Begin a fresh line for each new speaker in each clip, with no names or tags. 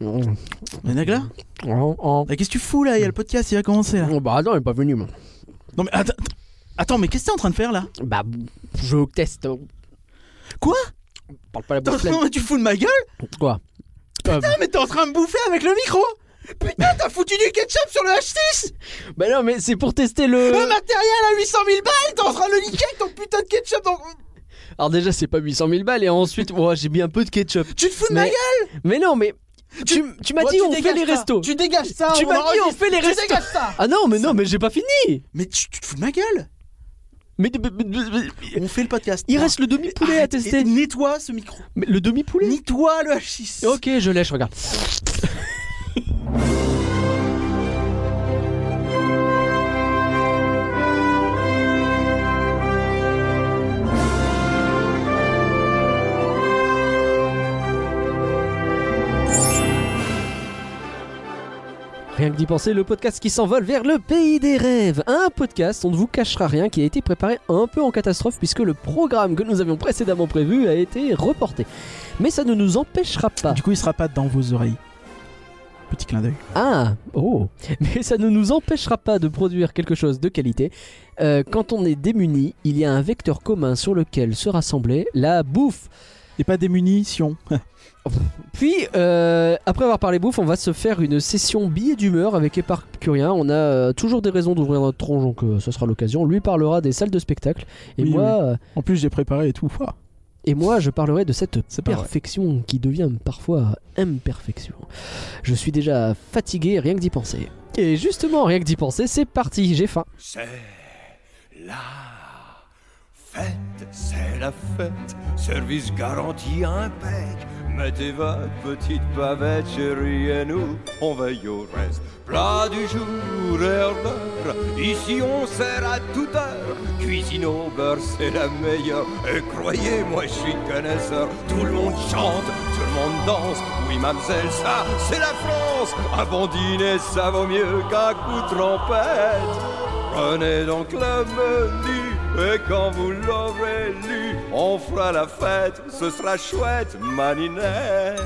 Mais Nagla
Oh, oh.
Mais Eh, Qu'est-ce que tu fous là Il y a le podcast, il va commencer là.
Oh, bah attends, il est pas venu, moi.
Non mais attends, attends. attends, mais qu'est-ce que t'es en train de faire là
Bah, je teste.
Quoi
Parle pas la
T'es en
bouche
train- mais tu fous de ma gueule
pleine. Quoi
Putain, mais t'es en train de me bouffer avec le micro Putain, t'as foutu du ketchup sur le H6
Bah non, mais c'est pour tester le.
Le matériel à 800 000 balles T'es en train de le niquer avec ton putain de ketchup dans...
Alors déjà, c'est pas 800 000 balles, et ensuite, ouais, j'ai mis un peu de ketchup.
Tu te fous de ma
Mais,
gueule
mais non, mais. Tu, tu m'as
Toi,
dit
tu
on fait
dégages
les
ça.
restos.
Tu dégages ça
Tu
on
m'as dit on
enregistre.
fait les
Tu
restos.
dégages ça
Ah non, mais non, mais j'ai pas fini.
Mais tu, tu te fous de ma gueule
Mais, mais- mais- mais- mais-
On fait le podcast.
il reste le demi poulet à
Ah, Arrête, et
tester.
Nettoie ce micro.
Mais le demi poulet.
Nettoie le H6.
Ok, je lèche, regarde. Rien que d'y penser, le podcast qui s'envole vers le pays des rêves. Un podcast, on ne vous cachera rien, qui a été préparé un peu en catastrophe puisque le programme que nous avions précédemment prévu a été reporté. Mais ça ne nous empêchera pas.
Du coup, il sera pas dans vos oreilles. Petit clin d'œil.
Ah, oh. Mais ça ne nous empêchera pas de produire quelque chose de qualité. Euh, quand on est démuni, il y a un vecteur commun sur lequel se rassembler la bouffe.
Et pas des munitions.
Puis, euh, après avoir parlé bouffe, on va se faire une session billet d'humeur avec Éparcurien. On a euh, toujours des raisons d'ouvrir notre tronche, donc euh, ce sera l'occasion. Lui parlera des salles de spectacle. Et
Oui,
moi... euh,
En plus, j'ai préparé et tout. Ouah.
Et moi, je parlerai de cette
C'est pas vrai.
perfection qui devient parfois imperfection. Je suis déjà fatigué rien que d'y penser. Et justement, rien que d'y penser, c'est parti, j'ai faim.
C'est la fête, c'est la fête, service garanti impec. Mettez votre petite pavette, chérie, et nous, on veille au reste. Plat du jour, heure d'heure, ici on sert à toute heure. Cuisine au beurre, c'est la meilleure. Et croyez-moi, je suis connaisseur. Tout le monde chante, tout le monde danse. Oui, mademoiselle, ça, c'est la France. Avant dîner, ça vaut mieux qu'un coup de trompette. Prenez donc le menu et quand vous l'aurez lu, on fera la fête, ce sera chouette, maninette.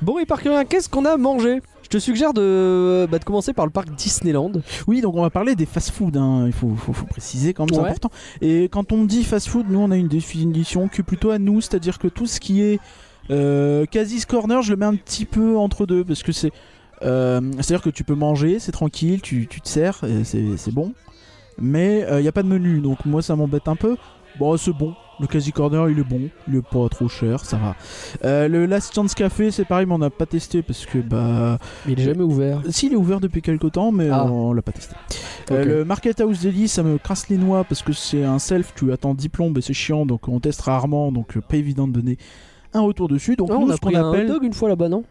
Bon, et par curieux, qu'est-ce qu'on a mangé Je te suggère de, bah, de commencer par le parc Disneyland.
Oui, donc on va parler des fast-food. hein. Il faut, faut- faut préciser quand même,
Ouais.
c'est important. Et quand on dit fast-food, nous, on a une définition qui est plutôt à nous, c'est-à-dire que tout ce qui est euh, Casis Corner, je le mets un petit peu entre deux parce que c'est. euh, c'est-à-dire que tu peux manger, c'est tranquille, tu, tu te sers, et c'est, c'est bon. Mais euh, il n'y a pas de menu, donc moi ça m'embête un peu. Bon, c'est bon. Le Casis Corner, il est bon, il est pas trop cher, ça va. Euh, le Last Chance Café, c'est pareil, mais on n'a pas testé parce que bah.
Mais il est jamais ouvert.
Si, il est ouvert depuis quelques temps, mais
Ah.
on, on l'a pas testé.
Ok.
Euh,
Ah,
le Market House Deli, ça me crasse les noix parce que c'est un self, tu attends 10 plombes et c'est chiant, donc on teste rarement, donc euh, pas évident de donner un retour dessus. Donc
Ah,
nous,
on a
ce qu'on
pris un hot
appelle.
dog une fois là-bas, non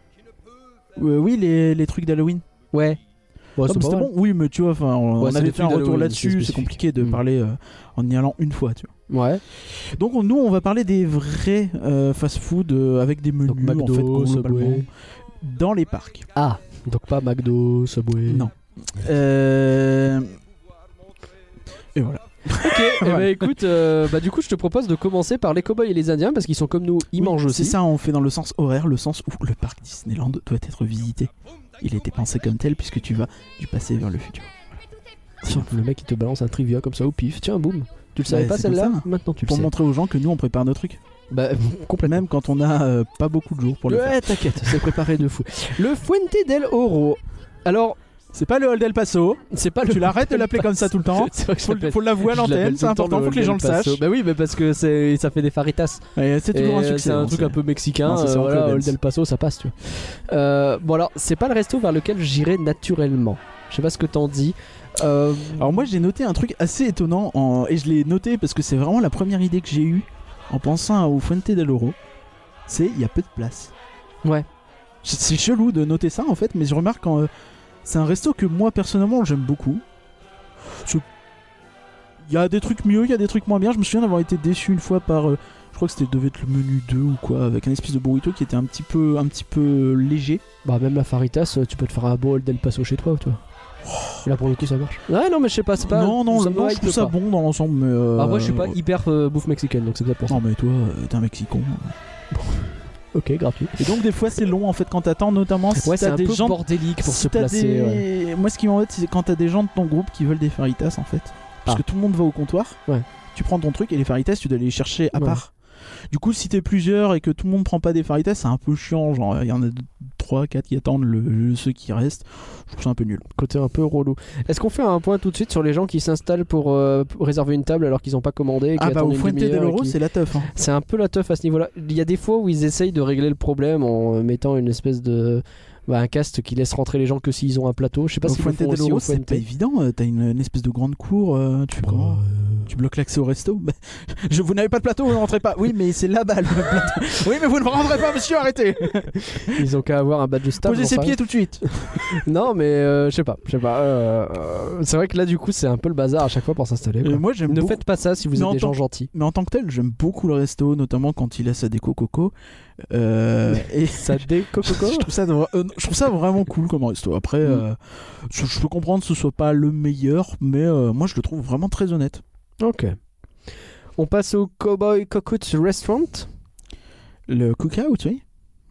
Euh, oui, les, les trucs d'Halloween.
Ouais. Bah,
Ah, mais c'était bon Oui, mais tu vois, enfin, on,
Ouais,
on
c'est
avait
les
fait un
trucs
retour
d'Halloween, c'est
là-dessus, c'est
spécifique.
compliqué de
Mm.
parler euh, en y allant une fois, tu vois.
Ouais.
Donc on- nous, on va parler des vrais euh, fast-food euh, avec des menus,
Donc McDo,
en fait, globalement,
Subway.
dans les parcs.
Ah, donc pas McDo, Subway.
Non. Euh... Et voilà.
Ok, eh ben, écoute, euh, bah, du coup, je te propose de commencer par les cowboys et les indiens parce qu'ils sont comme nous, ils
Oui,
mangent aussi.
C'est ça, on fait dans le sens horaire, le sens où le parc Disneyland doit être visité. Il était pensé comme tel puisque tu vas du passé vers le futur.
Tiens, le mec il te balance un trivia comme ça au pif, tiens boum. Tu le savais
Ouais,
pas
c'est comme
celle-là
ça. hein.
Maintenant tu le
Pour
sais.
montrer aux gens que nous on prépare nos trucs.
Bah, complètement.
Même quand on a euh, pas beaucoup de jours pour le faire.
ouais, t'inquiète, c'est préparé de fou. Le Fuente del Oro. Alors,
C'est pas le Hall del Paso,
c'est pas le.
tu l'arrêtes de l'appeler comme ça tout le temps.
C'est vrai que je
Faut,
l'appelle-
faut l'avouer à
je l'appelle
l'antenne,
tout
c'est
le temps
important,
le
faut que les gens le
Del Paso.
sachent.
Bah oui, mais parce que c'est- ça fait des faritas.
Ouais, C'est toujours un
Et euh, C'est
succès.
un
hein,
truc
c'est-
un peu mexicain.
Non, c'est
euh,
ça, on
voilà,
connaît.
Old El Paso, ça passe, tu vois. Euh, bon, alors, c'est pas le resto vers lequel j'irai naturellement. Je sais pas ce que t'en dis. Euh,
Alors moi j'ai noté un truc assez étonnant en- et je l'ai noté parce que c'est vraiment la première idée que j'ai eue en pensant au Fuente del Oro. C'est il y a peu de place.
Ouais.
C'est- C'est chelou de noter ça en fait, mais je remarque quand c'est un resto que moi personnellement j'aime beaucoup. C'est- Il y a des trucs mieux, il y a des trucs moins bien. Je me souviens d'avoir été déçu une fois par euh, je crois que c'était devait être le menu 2 ou quoi avec un espèce de burrito qui était un petit peu un petit peu euh, léger.
Bah même la faritas, euh, tu peux te faire un beau Old El Paso chez toi, toi. Là pour le coup ça marche. Ouais non mais je sais pas, c'est pas.
non non,
ça me
non, je
hype
trouve ça
pas.
bon dans l'ensemble mais euh,
Bah, Ah moi je suis pas hyper euh, bouffe mexicaine donc c'est peut-être pour ça.
Non mais toi euh, t'es un mexican.
ok, gratuit.
Et donc des fois c'est long en fait quand t'attends, notamment si
Ouais, c'est
t'as
un
des
peu
gens.
bordélique pour
si
se
t'as
placer.
des-
ouais.
Moi ce qui m'embête c'est quand t'as des gens de ton groupe qui veulent des faritas en fait. Parce
Ah.
que tout le monde va au comptoir,
Ouais.
tu prends ton truc et les faritas tu dois les chercher à
Ouais.
part. Du coup si t'es plusieurs et que tout le monde prend pas des faritas c'est un peu chiant, genre il y en a 3, 4 qui attendent le, le- ceux qui restent, je trouve ça un peu nul.
Côté un peu relou. Est-ce qu'on fait un point tout de suite sur les gens qui s'installent pour, euh, pour réserver une table alors qu'ils n'ont pas commandé et qui
Ah bah
attendent
au
une
Fuente de
demi-heure et
l'Euro
qui-
c'est la teuf. hein.
C'est un peu la teuf à ce niveau-là. Il y a des fois où ils essayent de régler le problème en euh, mettant une espèce de. Bah, un cast qui laisse rentrer les gens que s'ils ont un plateau. Je sais pas
au
si
Fuente de l'Euro c'est pas évident, euh, t'as une, une espèce de grande cour, euh, tu fais
Oh.
comment Tu bloques l'accès au resto Bah, Je vous n'avez pas de plateau, vous ne rentrez pas. Oui, mais c'est là-bas le plateau. Oui, mais vous ne rentrez pas, monsieur, arrêtez.
Euh, Ils ont qu'à avoir un badge de staff.
Posez
j'en
ses
sais
pieds tout de suite.
rien. Non, mais euh, je sais pas. Je sais pas. euh, euh, c'est vrai que là, du coup, c'est un peu le bazar à chaque fois pour s'installer. quoi.
Euh, moi,
Eh
j'aime
ben, ne
beaucoup.
faites pas ça si vous
Mais
êtes
en
des gens
tant-
gentils.
Mais en tant que tel, j'aime beaucoup le resto, notamment quand il a sa déco coco. Euh, et
Ça décococo
je, trouve ça, de- euh, je trouve ça vraiment cool comme resto. Après, euh, je, je peux comprendre que ce soit pas le meilleur, mais euh, moi, je le trouve vraiment très honnête.
Ok. On passe au Cowboy Cocoot Restaurant.
Le cook-out, oui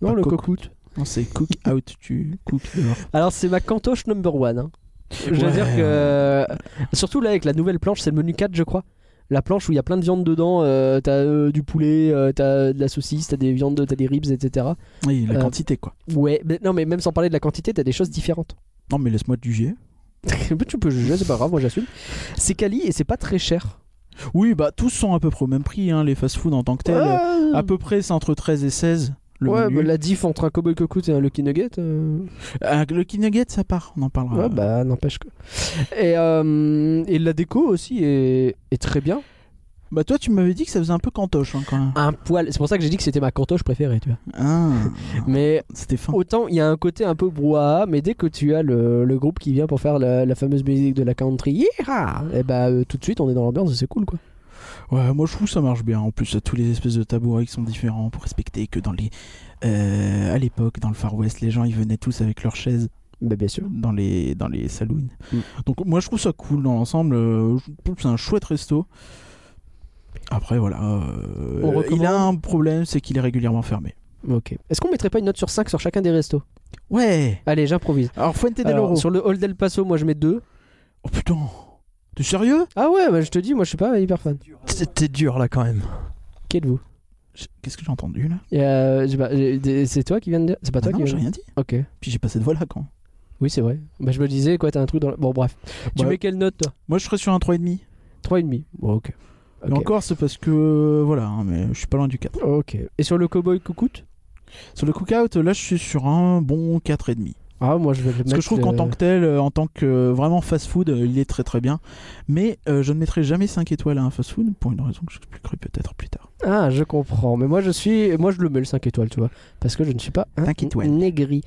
Non,
Pas
le
cocoot.
cocoot.
Non, c'est cook-out, tu cook dehors.
Alors, c'est ma cantoche number one. hein. Je veux
Ouais.
dire que. Surtout là, avec la nouvelle planche, c'est le menu 4, je crois. La planche où il y a plein de viandes dedans. euh, t'as euh, du poulet, euh, t'as euh, de la saucisse, t'as des viandes, t'as des ribs, etc.
Oui, la
Euh,
quantité, quoi.
Ouais, mais non, mais même sans parler de la quantité, t'as des choses différentes.
Non, mais laisse-moi te juger.
tu peux juger, c'est pas grave, moi j'assume. C'est quali et c'est pas très cher.
Oui, bah, tous sont à peu près au même prix, hein, les fast-food en tant que tel.
Ouais.
À peu près, c'est entre 13 et 16. Le
ouais,
menu.
bah, la diff entre un cowboy cocoot et un lucky nugget. euh,
Ah, le King Nugget, ça part, on en
Ouais,
parlera.
bah n'empêche que. Et, euh, et la déco aussi est, est très bien.
Bah, toi, tu m'avais dit que ça faisait un peu cantoche hein, quand même.
Un poil. C'est pour ça que j'ai dit que c'était ma cantoche préférée, tu vois.
Ah,
Mais
c'était fin.
autant il y a un côté un peu brouhaha, mais dès que tu as le, le groupe qui vient pour faire la, la fameuse musique de la country, yeah et bah euh, tout de suite on est dans l'ambiance et c'est cool quoi.
Ouais, moi je trouve que ça marche bien. En plus, tous les espèces de tabourets qui sont différents pour respecter que dans les. euh, à l'époque, dans le Far West, les gens ils venaient tous avec leurs chaises
Bah bien sûr.
dans les, dans les saloons.
Mm.
Donc, moi je trouve ça cool dans l'ensemble. euh, Je trouve que c'est un chouette resto. Après, voilà. euh,
On recommande
il a un problème, c'est qu'il est régulièrement fermé.
Ok. Est-ce qu'on mettrait pas une note sur 5 sur chacun des restos
Ouais!
Allez, j'improvise.
Alors, Fuente del
Alors,
Oro.
sur le Hall del Paso, moi je mets 2.
Oh putain! T'es sérieux?
Ah ouais, bah, je te dis, moi je suis pas hyper fan.
C'était dur là quand même.
Qu'êtes-vous
Je- Qu'est-ce que j'ai entendu là
Et, euh, je sais pas, j'ai- C'est toi qui viens de dire C'est pas toi
Ah
qui
Non, j'ai
viens de-
rien dit.
Ok.
Puis j'ai passé de voix là quand.
Oui, c'est vrai. Bah, je me disais, quoi, t'as un truc dans le... Bon, bref. Tu
Ouais.
mets quelle note, toi
Moi je serais sur un 3,5.
3,5. Bon, ok.
Mais
Ok.
encore, c'est parce que. euh, voilà, hein, mais je suis pas loin du 4.
Ok. Et sur le cowboy coucoute
Sur le cookout, là je suis sur un bon 4,5.
Ah, moi je vais le mettre.
Parce que je trouve qu'en
euh,
tant que tel, euh, en tant que euh, vraiment fast food, euh, il est très très bien. Mais euh, je ne mettrai jamais 5 étoiles à un fast food pour une raison que j'expliquerai peut-être plus tard.
Ah, je comprends. Mais moi je suis. Moi je le mets le 5 étoiles, tu vois. Parce que je ne suis pas un
Cinq étoiles.
négri.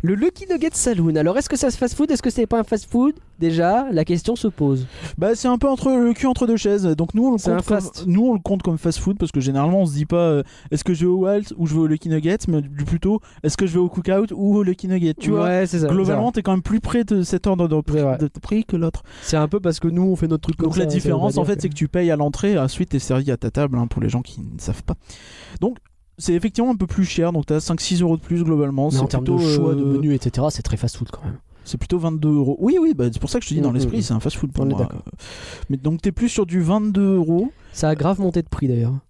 Le Lucky Nugget Saloon. Alors est-ce que c'est un fast food Est-ce que c'est pas un fast food Déjà, la question se pose.
Bah c'est un peu entre le cul entre deux chaises. Donc nous on le
C'est
compte
un fast.
comme nous on le compte comme fast food parce que généralement on se dit pas euh, est-ce que je vais au Walt ou je vais au Lucky Nugget, mais du- plutôt est-ce que je vais au cookout ou au Lucky Nugget. Tu vois
Ouais, c'est ça.
Globalement, t'es quand même plus près de cet ordre de
C'est vrai.
prix, de prix que l'autre.
c'est ça. C'est un peu parce que nous on fait notre truc comme
Donc
ça,
la
hein, ça veut
différence,
pas
en
dire
fait, c'est que tu payes à l'entrée, ensuite t'es servi à ta table, hein, pour les gens qui ne savent pas. Donc c'est effectivement un peu plus cher, donc t'as 5-6 euros de plus globalement.
Mais
C'est
en termes de
plutôt,
choix de
euh,
menu, etc., c'est très fast food quand même.
C'est plutôt 22 euros. Oui, oui, bah, c'est pour ça que je te dis, dans
Mm,
l'esprit,
mm,
c'est un fast-food pour
On est
moi. Euh,
d'accord.
Mais donc t'es plus sur du 22 euros.
Ça a grave monté de prix d'ailleurs. hein.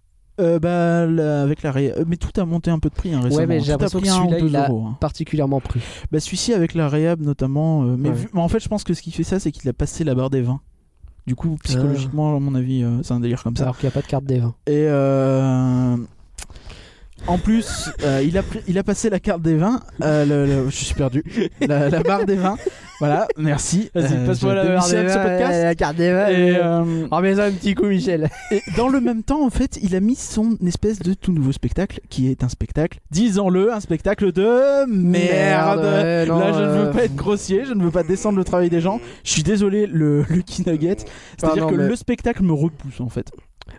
Euh, bah, là, avec la ré- euh, Mais tout a monté un peu de prix hein, récemment.
Ouais, mais j'ai
Tout a
l'impression
pris
que
un ou
celui-là,
deux
il a-
euros, hein.
Particulièrement pris.
Bah, celui-ci avec la réhab notamment. euh, mais,
Ouais.
vu- mais en fait, je pense que ce qui fait ça, c'est qu'il a passé la barre des 20. Du coup, psychologiquement, à mon avis, euh, c'est un délire comme ça.
Alors qu'il n'y a pas de carte des vins.
Et euh, en plus, euh, il, a pris- il a passé la carte des vins. euh, le- le- je suis perdu. La, la barre des vins. Voilà, merci. Euh, je démissionne de ce podcast.
carte des
Et, euh,
Remets-en un petit coup, Michel.
et dans le même temps, en fait, il a mis son espèce de tout nouveau spectacle, qui est un spectacle, disons-le, un spectacle de merde.
ouais, non,
Là, je ne
euh,
veux pas être grossier, je ne veux pas descendre le travail des gens. Je suis désolé, le Lucky Nugget. C'est-à-dire
non,
que
mais-
le spectacle me repousse, en fait.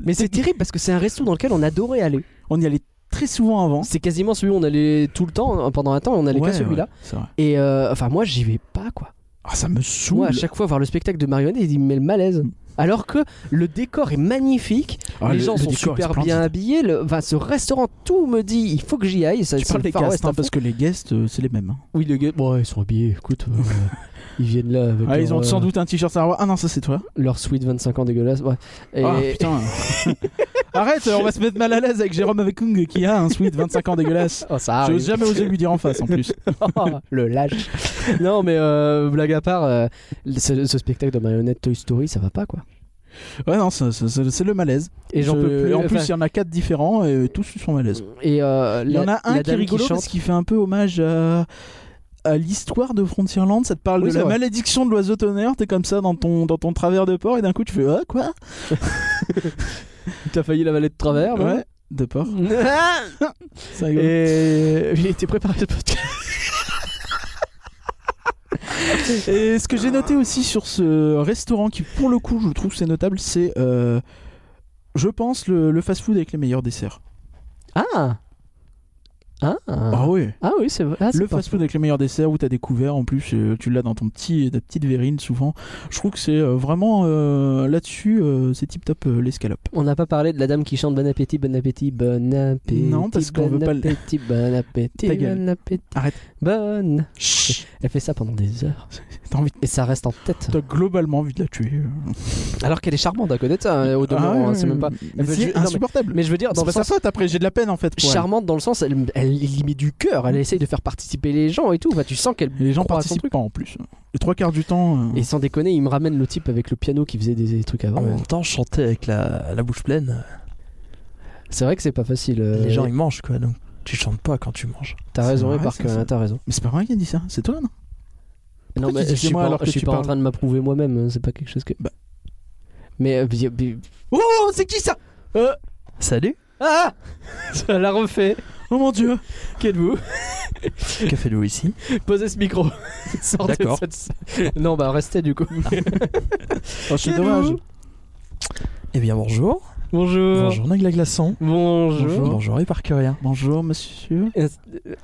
Mais c'est terrible parce que c'est un resto dans lequel on adorait aller.
On y allait très souvent avant.
C'est quasiment celui où on allait tout le temps, hein, pendant un temps, et on allait
Ouais,
qu'à celui-là.
ouais, c'est vrai.
Et euh, enfin, moi, j'y vais pas quoi.
Ah, ça me
Moi,
saoule.
à chaque fois, voir le spectacle de marionnettes, il me met le malaise. alors que le décor est magnifique,
Ah,
les
le-
gens
le
sont
décor est
super
splendide.
bien habillés, le- enfin ce restaurant tout me dit il faut que j'y aille, ça
Je
c'est
parle
le
des
Far West
castes, hein,
à fond.
parce que les guests, euh, c'est les mêmes. hein.
Oui, les gars, bon, ouais, ils sont habillés, écoute, euh, ils viennent là avec
Ah, ils
leur,
ont sans
euh,
doute un t-shirt Star Wars. Ah non, ça c'est toi.
leur suite 25 ans dégueulasse. ouais. Et-
Ah putain. Arrête, on va se mettre mal à l'aise avec Jérôme avec Kung qui a un sweat 25 ans dégueulasse.
Oh, ça
J'ose
arrive.
jamais oser lui dire en face en plus.
le lâche. non, mais euh, blague à part, euh, ce, ce spectacle de marionnette Toy Story, ça va pas quoi.
Ouais, non, ça- ça- ça- c'est le malaise.
Et j'en
Je-
peux plus.
en plus,
enfin,
il y en a quatre différents et tous ils sont malaises.
et euh,
Il y
la-
en a un
la
qui est
dame
rigolo
chante.
parce qu'il fait un peu hommage à, à l'histoire de Frontierland. Ça te parle
Oui,
de
c'est
la
vrai.
malédiction de l'oiseau tonnerre. T'es comme ça dans ton, dans ton travers de port et d'un coup tu fais Ah quoi
T'as failli la valer de travers, non
Ouais, de port. C'est rigolo.
Ah Et j'ai été préparé le podcast.
Et ce que j'ai noté aussi sur ce restaurant, qui pour le coup je trouve c'est notable, c'est euh, je pense le, le fast-food avec les meilleurs desserts.
Ah Ah Ah,
oui.
oui, c'est vrai. Ah, c'est
Le
pas-
fast-food avec les meilleurs desserts où t'as découvert en plus, euh, tu l'as dans ton petit ta petite verrine souvent. Je trouve que c'est euh, vraiment euh, là-dessus euh, c'est tip top l'escalope.
On n'a pas parlé de la dame qui chante Bon appétit, bon appétit, bon appétit.
Non, parce qu'on
bon
veut pas le-
appétit, Bon appétit,
Ta gueule.
bon appétit.
Arrête.
Bonne.
Chut.
Elle fait ça pendant des heures.
T'as envie
Et ça reste en tête.
t'as globalement envie de la tuer. Ah
Alors qu'elle est charmante à connaître ça, euh, au demeurant, hein, c'est même pas.
mais
veut ju-
c'est
non, mais-
insupportable.
Mais je veux dire, dans
c'est
le
pas sa
sens
faute après, j'ai de la peine en fait pour elle.
charmante, dans le sens, elle, elle y met du cœur,
Mm.
elle essaye de faire participer les gens et tout. Enfin, tu sens qu'elle.
Et les gens
croit à son
participent
truc.
pas en plus. Les trois quarts du temps. euh,
Et sans déconner, il me ramène le type avec le piano qui faisait des trucs
En
avant.
même temps, chanter avec la, la bouche pleine,
C'est vrai que c'est pas facile. euh,
les gens ils mangent quoi, donc tu chantes pas quand tu manges.
T'as
C'est
raison,
vrai,
Epark,
c'est ça.
euh, t'as raison.
Mais c'est pas moi qui ai dit ça, c'est toi non
Non,
tu
mais
dis
je suis
moi
pas,
alors que
je suis
tu
pas en
parles
train de m'approuver moi-même, hein, c'est pas quelque chose que.
Bah.
Mais. euh, bi- bi-
Oh, c'est qui ça
Salut
Ah Ça l'a refait
Oh mon dieu
Qui êtes-vous
Café Lou ici.
Posez ce micro Sortez de
D'accord.
cette- Non, bah restez du coup.
Ah. Oh, c'est
Hello.
dommage.
Eh bien bonjour.
Bonjour
Bonjour Nagla Glaçon.
Bonjour.
Bonjour et Parkerien.
Bonjour monsieur.
Est-ce- euh,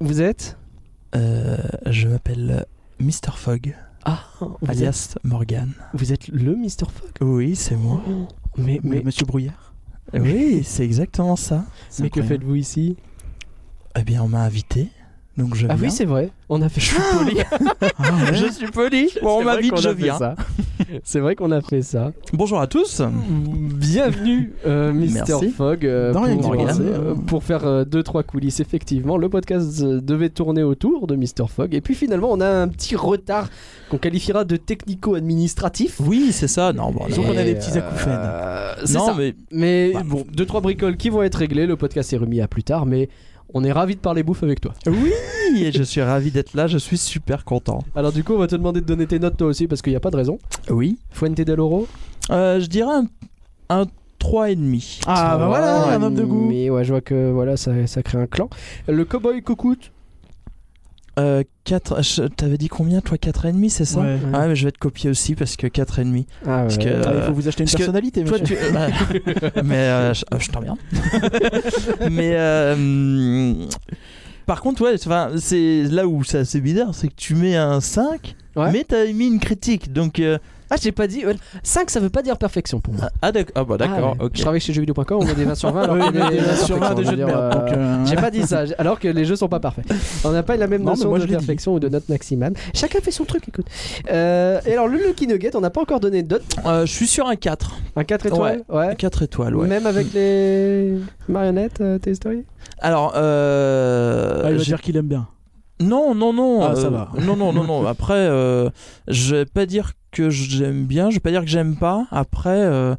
Vous êtes
Euh, je m'appelle Mr Fogg,
Ah, vous, êtes...
alias Morgan.
vous êtes le Mr. Fogg
Oui, c'est moi.
Mais, mais,
Mais monsieur Brouillard.
Euh,
Oui, c'est exactement ça.
C'est
mais que
incroyable.
faites-vous ici
Eh bien, on m'a invité, donc je
Ah
viens.
oui, c'est vrai, on a fait Je suis poli.
Ah ouais.
je suis poli. Bon, on
C'est vrai
m'invite,
qu'on
je
a fait
viens.
ça. Hmm. C'est vrai qu'on a fait ça.
Bonjour à tous.
Bienvenue, euh, Mr.
Merci.
Fogg, euh,
Non, rien
pour,
que d'y penser,
euh,
hein.
pour faire euh, deux trois coulisses. Effectivement, le podcast euh, devait tourner autour de Mr. Fogg, et puis finalement, on a un petit retard qu'on qualifiera de technico-administratif.
Oui, c'est ça. Non, bon,
Et,
Disons qu'on a des
euh,
petits acouphènes.
c'est
non,
ça.
mais
Mais
Bah,
bon, deux trois bricoles qui vont être réglées. Le podcast est remis à plus tard, mais on est ravi de parler bouffe avec toi.
oui, je suis ravi d'être là. Je suis super content.
Alors du coup, on va te demander de donner tes notes toi aussi parce qu'il n'y a pas de raison.
Oui.
Fuente del Oro.
Euh, je dirais un, un 3,5.
Ah bah voilà,
Ouais,
un homme de goût.
Mais ouais, je vois que voilà, ça, ça crée un clan. Le cowboy cocoute.
Euh, 4, je- t'avais dit combien toi 4,5, c'est ça
Ouais.
Ah, mais je vais te copier aussi parce que 4,5.
Ah
Parce
ouais.
que,
Ah, il
euh,
faut vous acheter une
parce que
personnalité,
Toi,
monsieur.
tu. euh, bah, mais euh, je, euh, je t'emmerde. mais. euh, hum, par contre, ouais, enfin, c'est là où c'est assez bizarre, c'est que tu mets un 5,
Ouais.
mais t'as mis une critique. Donc. euh,
Ah, j'ai pas dit. 5, ça veut pas dire perfection pour moi.
ah, d'accord. Ah, bah, d'accord,
Ah ouais.
ok.
Je travaille chez jeuxvideo.com, on met des 20 sur 20. alors
Oui,
qu'il y a
mais t'es là sur
imperfections,
vingt des
je veux
jeux de
dire,
merde.
euh,
donc, euh,
J'ai pas dit ça, j'ai- alors que les jeux sont pas parfaits. On n'a pas la même
Non, mais
notion
moi,
de
je l'ai dit.
perfection ou de note maximale. Chacun fait son truc, écoute. Euh, et alors, le Lucky Nugget, on n'a pas encore donné de note.
Euh, je suis sur un 4.
Un 4 étoiles Ouais.
4 étoiles, ouais.
Même avec les marionnettes, euh, Toy Story
Alors, euh.
ah, il va
j'ai-
dire qu'il aime bien.
Non, non, non.
Ah, ça
euh,
va.
Non, non, non, non. Après, euh, je vais pas dire que j'aime bien, je vais pas dire que j'aime pas. Après, euh,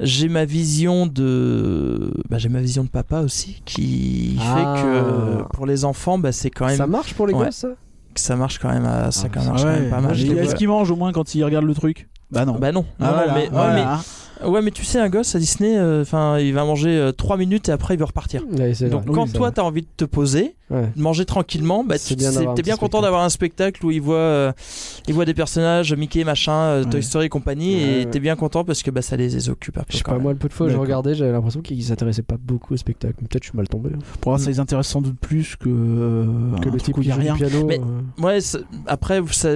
j'ai ma vision de. Bah, j'ai ma vision de papa aussi, qui
Ah.
fait que euh, pour les enfants, bah, c'est quand même.
Ça marche pour les
Ouais.
gosses ça
que ça marche quand même, à... ça
Ah,
quand même marche quand même pas
Ouais.
mal.
Et
je trouve.
Est-ce qu'il mange au moins quand il regarde le truc Bah non.
Bah non, non,
Ah,
non,
voilà,
mais, ouais,
voilà.
mais, ouais, mais tu sais, un gosse à Disney, euh, enfin, il va manger 3 minutes et après il veut repartir.
Ouais, c'est
Donc
vrai.
quand
Oui,
toi t'as envie de te poser,
Ouais.
manger tranquillement, bah,
C'est
tu
bien
c'est-
d'avoir un
t'es bien
petit
content
spectacle.
d'avoir un spectacle où ils voient, euh, ils voient des personnages, Mickey, machin, euh,
Ouais.
Toy Story et compagnie,
Ouais,
et
ouais.
t'es bien content parce que bah, ça les, les occupe un peu.
Je sais
quand
pas,
même.
moi, le peu de fois que je
D'accord.
regardais, j'avais l'impression qu'ils s'intéressaient pas beaucoup au spectacle. Peut-être que je suis mal tombé. hein.
Pour moi, ça les intéresse sans doute plus que, euh,
que
un
le
truc
type
où
qui
il y a
joue du
rien.
piano.
Mais-
euh,
Ouais, c'est- après, ça-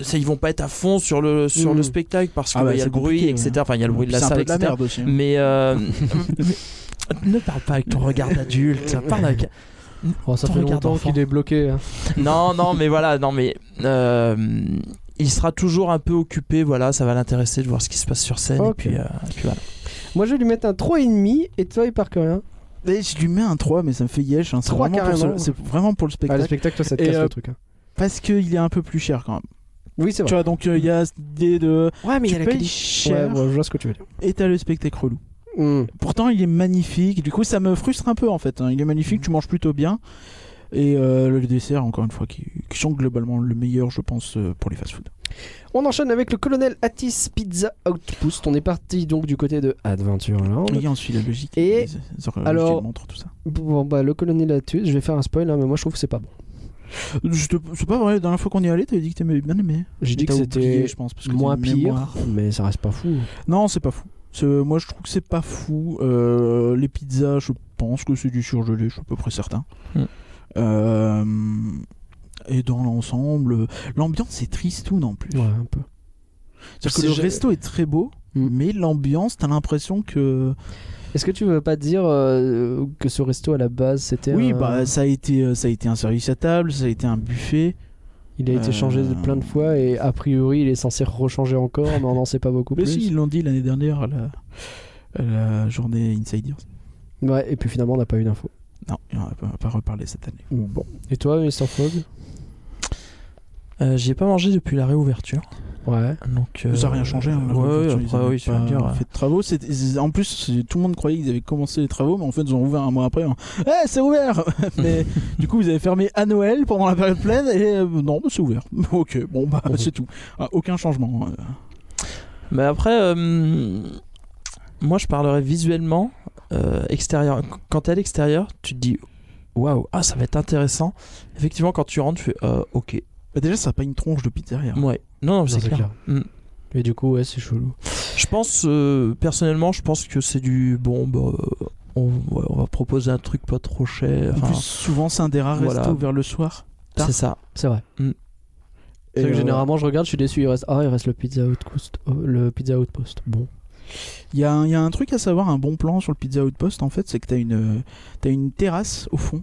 ça, ils vont pas être à fond sur le, sur
Mm.
le spectacle parce qu'il
Ah bah,
y a
c'est
le bruit,
compliqué,
etc. Enfin, il y a le bruit de la
C'est un
salle,
peu de la
etc.
merde aussi. hein.
Mm.
Mais euh, ne parle pas avec ton regard d'adulte. Parle avec.
Oh, ça
Ton
fait
regard
longtemps
d'enfant.
qu'il est bloqué. hein.
Non, non, mais voilà, non, mais euh, il sera toujours un peu occupé. Voilà, ça va l'intéresser de voir ce qui se passe sur scène.
Ok.
Et puis, euh, et puis voilà.
Moi, je vais lui mettre un 3,5 et toi, il part que rien.
Et je lui mets un 3, mais ça me fait yesh. hein. C'est
Trois
vraiment, pour
carrément.
ce- c'est vraiment pour le
Ah,
spectacle.
le spectacle, toi, ça te
Et,
casse
euh,
le truc. hein.
Parce qu'il est un peu plus cher quand même.
Oui, c'est
Tu
vrai.
vois, donc euh, il y a cette idée de.
Ouais, mais
tu payes
Ouais,
cher
bon, je vois ce que tu veux dire.
et t'as le spectacle relou. Pourtant, il est magnifique. Du coup, ça me frustre un peu en fait. hein. Il est magnifique,
Mm.
tu manges plutôt bien. Et euh, le dessert, encore une fois, qui, qui sont globalement le meilleur, je pense, euh, pour les fast-food.
On enchaîne avec le colonel Atis Pizza Outpost. On est parti donc du côté de Adventureland.
Et ensuite, la logique. euh,
Et
les- les horloges,
alors-
les montres, tout ça.
Bon, bah, le colonel Atis, je vais faire un spoil, hein, mais moi, je trouve que c'est pas bon.
Je te- C'est pas vrai, la dernière fois qu'on y allait, t'avais dit que t'aimais bien aimé.
J'ai dit
Mais
que
t'as oublié,
c'était
je pense, parce que
moins
t'as
pire,
une mémoire.
mais ça reste pas fou.
Non, c'est pas fou. C'est- Moi, je trouve que c'est pas fou. Euh, les pizzas, je pense que c'est du surgelé, je suis à peu près certain.
Mm.
Euh, Et dans l'ensemble, l'ambiance est tristoune en plus.
Ouais, un peu.
C'est-à-dire
C'est
que le
ja-
resto est très beau,
Mm.
mais l'ambiance, t'as l'impression que.
Est-ce que tu veux pas dire euh, que ce resto à la base c'était
Oui,
un-
bah, ça a, été, euh, ça a été un service à table, ça a été un buffet.
il a été
euh,
changé de plein de fois et a priori il est censé rechanger encore mais on n'en sait pas beaucoup
Mais
plus.
si, ils l'ont dit l'année dernière à la, à la journée Insiders.
Ouais, et puis finalement on n'a pas eu d'infos.
Non, on va pas- on va pas reparler cette année.
Bon. Et toi Mr Fogg
Euh, J'y ai pas mangé depuis la réouverture.
Ouais.
Donc, euh,
Ça n'a rien changé. Hein, la
ouais,
réouverture,
ouais,
ils
après,
avaient
oui, tu vas
pas
me dire, ouais.
fait de travaux. C'était- c'est- En plus, c'est- tout le monde croyait qu'ils avaient commencé les travaux, mais en fait, ils ont ouvert un mois après. hein. Eh, c'est ouvert Mais du coup, ils avaient fermé à Noël pendant la période pleine, et euh, non, bah, c'est ouvert. ok, bon, bah, c'est tout. Ah, aucun changement. hein.
Mais après, euh, moi je parlerais visuellement, euh, extérieur. Qu- Quand t'es à l'extérieur, tu te dis waouh, ah ça va être intéressant. Effectivement, quand tu rentres, tu fais euh, ok.
Bah, déjà, ça n'a pas une tronche de pizzeria.
Ouais. Non, non,
Non,
c'est clair. Mm.
Et du coup ouais c'est chelou.
Je pense, euh, personnellement, je pense que c'est du bon, bah, euh, on, ouais, on va proposer un truc pas trop cher.
En
Enfin,
plus, souvent, c'est un des rares
voilà.
restos ouverts le soir. tard.
c'est ça.
C'est vrai.
Et,
C'est que
euh,
généralement je regarde, je suis déçu, il reste ah il reste le pizza outpost, oh, le pizza outpost. Bon.
Il y, a un- il y a un truc à savoir, un bon plan sur le Pizza Outpost, en fait, c'est que t'as une, euh, t'as une terrasse au fond.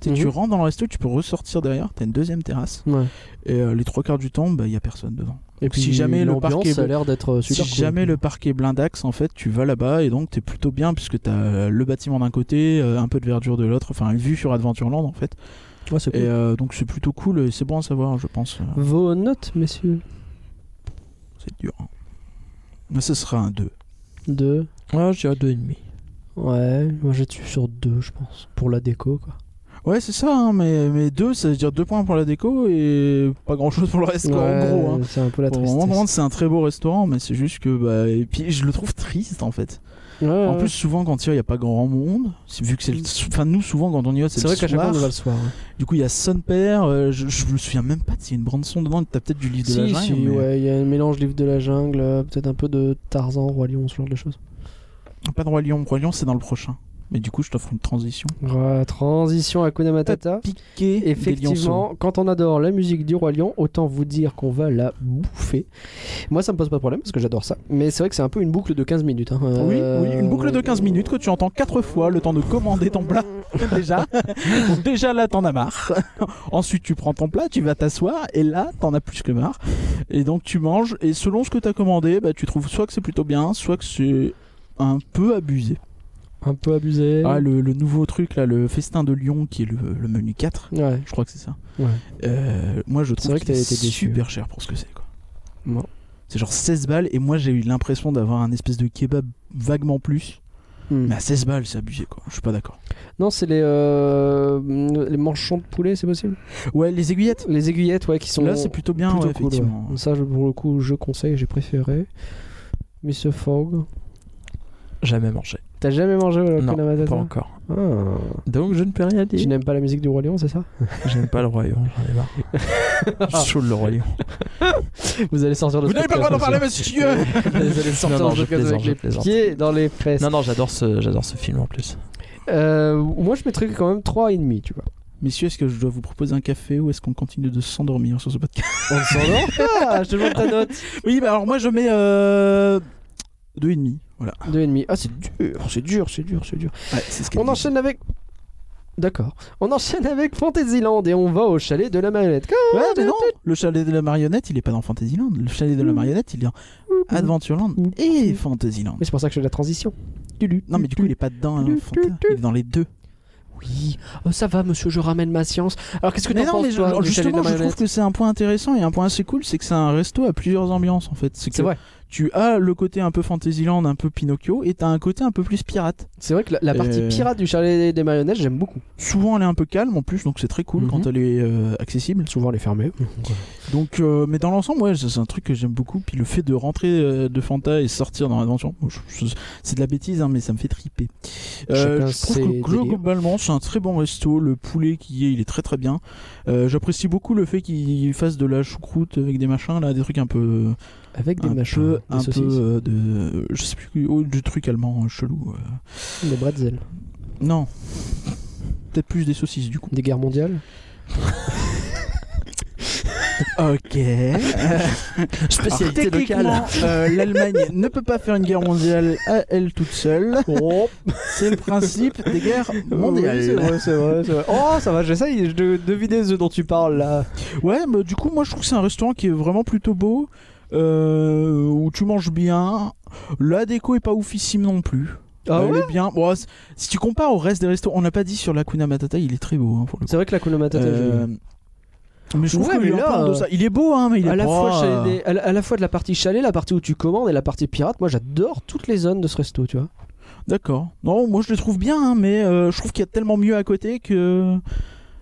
Tu sais, Tu
Mhm.
rentres dans le resto, tu peux ressortir derrière, t'as une deuxième terrasse.
Ouais.
Et euh, les trois quarts du temps, bah, il y a personne devant.
Et
Donc, si jamais le
l'ambiance
parc est
ça a
beau-
l'air d'être euh, super
si
cool.
jamais le parc est blindax, en fait, tu vas là-bas et donc t'es plutôt bien puisque t'as euh, le bâtiment d'un côté, euh, un peu de verdure de l'autre, enfin une vue sur Adventureland en fait.
Ouais, c'est cool.
Et euh, donc c'est plutôt cool et c'est bon à savoir, je pense. Euh,
Vos notes messieurs
C'est dur. hein. Mais ce sera un 2.
de
Ouais, je dirais deux et demi.
Ouais, moi j'ai dessus sur deux, je pense. Pour la déco, quoi.
Ouais, c'est ça, hein, mais, mais 2, ça veut dire 2 points pour la déco et pas grand chose pour le reste, quoi, en gros. Hein.
C'est un peu la
Pour le
tristesse.
moment, vraiment, c'est un très beau restaurant, mais c'est juste que. Bah, et puis, je le trouve triste en fait.
Ouais,
En
ouais.
plus, souvent, quand il y a, il n'y a pas grand monde, c'est- vu que c'est le. Enfin, nous, souvent, quand on y va, c'est
c'est
le
vrai qu'à chaque fois
soir.
on va le soir. hein.
Du coup, il y a Son Père. euh, je, je me souviens même pas s'il y a une bande son dedans. T'as peut-être du livre de la
Si,
jungle.
si,
mais
ouais, il y a un mélange livre de la jungle, euh, peut-être un peu de Tarzan, Roi Lion, ce genre de choses.
Pas de Roi Lion. Roi Lion, c'est dans le prochain. Mais du coup, je t'offre une transition.
Ouais, transition à Kuna Matata.
Piqué.
Effectivement, quand on adore la musique du Roi Lion, autant vous dire qu'on va la bouffer. Moi, ça me pose pas de problème parce que j'adore ça. Mais c'est vrai que c'est un peu une boucle de 15 minutes. hein.
Oui,
Euh,
oui, une boucle de 15 minutes que tu entends 4 fois le temps de commander ton plat. déjà. Donc déjà là, t'en as marre. Ensuite, tu prends ton plat, tu vas t'asseoir et là, t'en as plus que marre. Et donc, tu manges et selon ce que t'as commandé, bah, tu trouves soit que c'est plutôt bien, soit que c'est un peu abusé.
Un peu abusé.
Ah, le, le nouveau truc là, le festin de Lyon qui est le- le menu 4.
Ouais.
Je crois que c'est ça.
Ouais.
Euh, moi, je
C'est
trouve
vrai
que
que t'as
c'est
été déçu.
super cher pour ce que c'est. quoi.
Ouais.
C'est genre 16 balles et moi j'ai eu l'impression d'avoir un espèce de kebab vaguement plus.
Hmm.
Mais à 16 balles, c'est abusé quoi. Je suis pas d'accord.
Non, c'est les, euh, les manchons de poulet, c'est possible
Ouais, les aiguillettes.
Les aiguillettes, ouais, qui sont.
Là, c'est plutôt bien,
plutôt
ouais,
cool, ouais.
effectivement.
Ça, je- pour le coup, je conseille, j'ai préféré. Monsieur Fogg.
Jamais mangé.
T'as jamais mangé au
Non,
Hakuna Matata
pas encore.
Ah.
Donc je ne peux rien
Tu
dire.
n'aimes pas la musique du Roi Lion, c'est ça
J'aime pas le royaume, j'en ai marre. Chaud le royaume.
Vous allez sortir de
Vous
ce
n'avez pas le droit d'en
podcast
parler, monsieur
comme ça. Vous allez sortir
Non, non,
de ce
je
podcast
plaisante, je
avec les
plaisante.
pieds dans les fesses. Mm.
Non, non, j'adore ce, j'adore ce film en plus.
Euh, moi, je mettrais quand même 3,5, tu vois.
Messieurs, est-ce que je dois vous proposer un café ou est-ce qu'on continue de s'endormir sur ce podcast
On s'endort pas, Ah, Je te demande ta note.
Oui, bah alors moi je mets euh... deux et demi. Voilà.
2,5. Ah, c'est dur, c'est dur, c'est dur, c'est dur.
Ouais, c'est ce qu'elle
On
dit.
enchaîne avec. D'accord. On enchaîne avec Fantasyland et on va au chalet de la marionnette.
Ouais, mais non, le chalet de la marionnette, il est pas dans Fantasyland. Le chalet de la marionnette, il est dans Adventureland et Fantasyland.
Mais c'est pour ça que je fais la transition. Lulu.
Non, mais du coup, il est pas dedans. hein, Fanta- il est dans les deux.
Oui, Oh, ça va, monsieur, je ramène ma science. Alors, qu'est-ce que
Mais
t'en
non,
penses,
mais
toi,
je-
du chalet de la
justement, je trouve
marionnette
que c'est un point intéressant et un point assez cool, c'est que c'est un resto à plusieurs ambiances en fait. C'est
C'est
que
vrai.
tu as le côté un peu Fantasyland, un peu Pinocchio, et t'as un côté un peu plus pirate.
C'est vrai que la, la partie
Euh.
pirate du chalet des marionnettes, j'aime beaucoup.
Souvent, elle est un peu calme en plus, donc c'est très cool
Mhm.
quand elle est euh, accessible.
Souvent les fermer.
Donc, euh, mais dans l'ensemble, ouais, c'est un truc que j'aime beaucoup. Puis le fait de rentrer euh, de Fanta et sortir dans l'aventure, moi, je- je- c'est de la bêtise, hein, mais ça me fait triper.
Chacun
Euh, je trouve
ses
que glo-
délires.
globalement, c'est un très bon resto. Le poulet qui est, il est très très bien. Euh, J'apprécie beaucoup le fait qu'il fasse de la choucroute avec des machins là, des trucs un peu,
Avec des
un
machins,
peu,
des
un peu
saucisses,
euh, de, je sais plus, oh, du truc allemand euh, chelou. euh.
des bretzels,
Non, peut-être plus des saucisses du coup.
des guerres mondiales.
Ok.
Spécialité locale.
euh, l'Allemagne ne peut pas faire une guerre mondiale à elle toute seule. C'est le principe des guerres
Oui, c'est
mondiales.
vrai, c'est vrai, c'est vrai. Oh, ça va, j'essaye de deviner ce dont tu parles là.
ouais, mais du coup, moi, je trouve que c'est un restaurant qui est vraiment plutôt beau, euh, où tu manges bien. La déco est pas oufissime non plus.
Ah
Elle
ouais
est bien. Bon, c'est- si tu compares au reste des restos, on n'a pas dit sur la Kuna Matata, il est très beau hein, pour le coup.
C'est vrai que la Kuna Matata,
Euh, mais je trouve
Ouais,
qu'il
mais
est un
là,
peu en deçà. Il est beau, hein, mais il est
à la,
pas,
fois
euh,
chez des- à, la, à la fois de la partie chalet, la partie où tu commandes et la partie pirate, moi j'adore toutes les zones de ce resto, tu vois.
D'accord. Non, moi je le trouve bien, hein, mais euh, je trouve qu'il y a tellement mieux à côté que.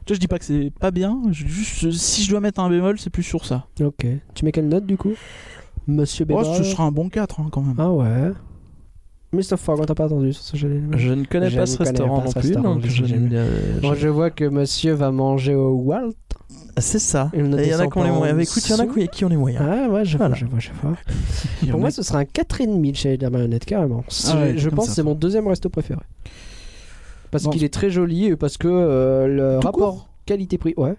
Tu vois, je dis pas que c'est pas bien, je- juste euh, si je dois mettre un bémol, c'est plus sur ça.
Ok. Tu mets quelle note du coup Monsieur
Oh,
Bémol
ce sera un bon 4 hein, quand même.
Ah ouais. Mr. Fogg, on t'a pas attendu sur ce chalet.
Je ne connais
Je
pas
ne
ce
connais
restaurant
pas
non
ce
plus,
restaurant,
donc
je-
je n'aime bien.
Bon, je vois que monsieur va manger au Walt. Ah.
C'est ça.
Il ne
Et Il y en a
descend
qui ont les
pas en
moyens. Bah, Écoute, il y en a qui- qui ont les moyens.
Ah ouais, je vois,
Voilà.
je vois, je vois.
Il y en
Pour
a-
moi, ce sera un 4,5 le chalet de la marionnette, carrément.
Ah
C'est-
ouais,
je
comme
pense
ça.
que c'est mon deuxième resto préféré. Parce
Bon.
qu'il est très joli et parce que euh, le
Tout
rapport qualité-prix. Ouais,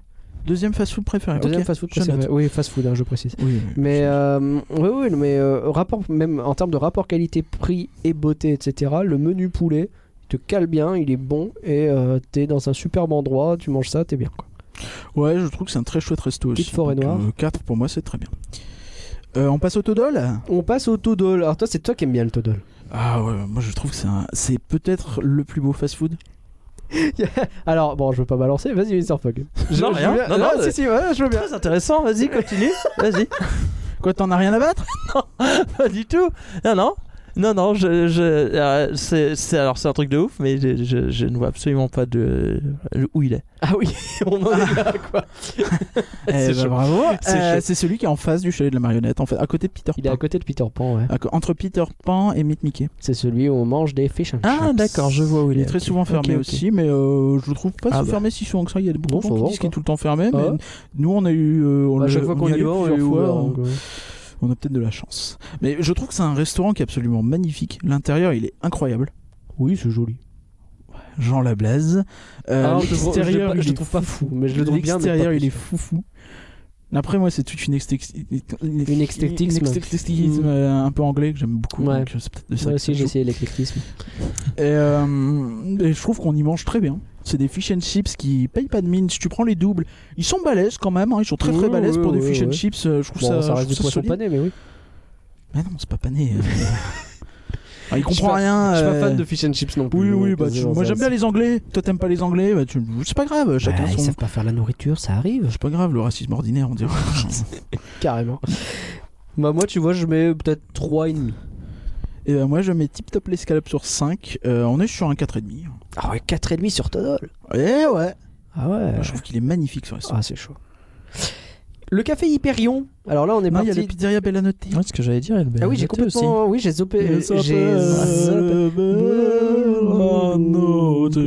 Deuxième fast-food
Ah,
préféré.
deuxième
ok,
fast-food
je
préféré.
note.
Oui, fast-food, hein, je précise.
Oui,
Mais euh, oui, oui, mais euh, rapport, même en termes de rapport qualité-prix et beauté, etc., le menu poulet il te cale bien, il est bon et euh, t'es dans un superbe endroit, tu manges ça, t'es bien. Quoi.
Ouais, je trouve que c'est un très chouette resto
Petite
aussi.
forêt
donc,
noire.
euh, 4 pour moi, c'est très bien. Euh, on passe au Todol
On passe au Todol. Alors toi, c'est toi qui aimes bien le Todol.
Ah ouais, moi je trouve que c'est, un- c'est peut-être le plus beau fast-food.
Alors bon, je veux pas balancer, vas-y, Mr. Fogg. Je-
Non,
je
rien.
veux bien- Ah,
Non, non,
si, si, ouais, je veux bien.
Très intéressant, vas-y, continue. Vas-y.
Quoi, t'en as rien à battre
Pas du tout. Non, non. Non, non, je, je, euh, c'est, c'est- alors c'est un truc de ouf, mais je, je- je ne vois absolument pas de, où il est.
Ah oui, on en est là, quoi.
Eh
C'est
bah,
chaud.
bravo. Euh,
C'est
C'est,
chaud.
celui qui est en face du chalet de la marionnette, en fait, à côté de Peter
Il est
Pan.
à côté de Peter Pan, ouais.
À co- Ah, Entre Peter Pan et Meet Mickey.
C'est celui où on mange des fish and
Ah,
chips.
d'accord, je vois où il est.
Il est très souvent fermé
ok.
aussi, mais euh, je le trouve pas
Ah
si
bah.
fermé si souvent que ça. Il y a beaucoup
Non,
de
ça
gens
va,
qui disent
quoi.
qu'il est tout le temps fermé, mais
Ah ouais Bah,
nous on a eu. euh, on
À
l'a-
chaque fois
on y
qu'on y
allait
va, Oh, on est
plusieurs fois,
ouvert,
on-
donc, euh,
on a peut-être de la chance. Mais je trouve que c'est un restaurant qui est absolument magnifique. L'intérieur, il est incroyable.
Oui, c'est joli.
Jean Lablaze. Euh,
Alors, Ah, je- je- je-
L'extérieur,
je
il
le
est
trouve pas fou, mais je le trouve bien, mais
L'extérieur,
pas
il
plus.
est fou fou. Après, moi, c'est toute une extex- une
Une extectisme.
extectisme,
Mm.
euh, un peu anglais que j'aime beaucoup.
Ouais.
donc euh, c'est peut-être de ça
Moi
que
aussi,
ça
j'ai
joue.
essayé l'éclectisme.
Et, euh, et je trouve qu'on y mange très bien. C'est des fish and chips qui payent pas de mine. Si tu prends les doubles, ils sont balèzes quand même. hein. Ils sont très très
Oui,
balèzes
oui,
pour des
oui,
fish and
oui.
chips. euh, Je trouve
Bon, ça,
ça. je
reste
trouve
du
ça
poisson
solide.
pané, mais oui.
Mais non, c'est pas pané. euh. Ah, il
Je suis
comprend
pas-
rien.
Je suis pas
euh.
fan de fish and chips non
Oui,
plus. donc,
oui,
euh,
bah,
c'est
tu-
bon,
moi
ça,
j'aime bien les hein, Anglais. Toi t'aimes pas les Anglais, bah, tu- c'est pas grave,
Bah,
chacun
Ils
son.
savent pas faire la nourriture, ça arrive.
C'est pas grave le racisme ordinaire, on dirait.
Carrément. Bah moi tu vois je mets peut-être 3,5.
et ben, moi je mets tip top l'escalope sur 5, euh, on est sur un 4,5.
Ah ouais 4,5 sur Todol.
Eh ouais
Ah ouais.
Je trouve qu'il est magnifique ce restaurant.
Ah c'est chaud. Le café Hyperion. Alors là on est
non, il y a
parti.
la pizzeria Bella Notte.
Ouais, ce que j'allais dire, elle
Ah oui j'ai complètement. Oui j'ai zopé.
Et
J'ai
ça s'appelle Bella Notte.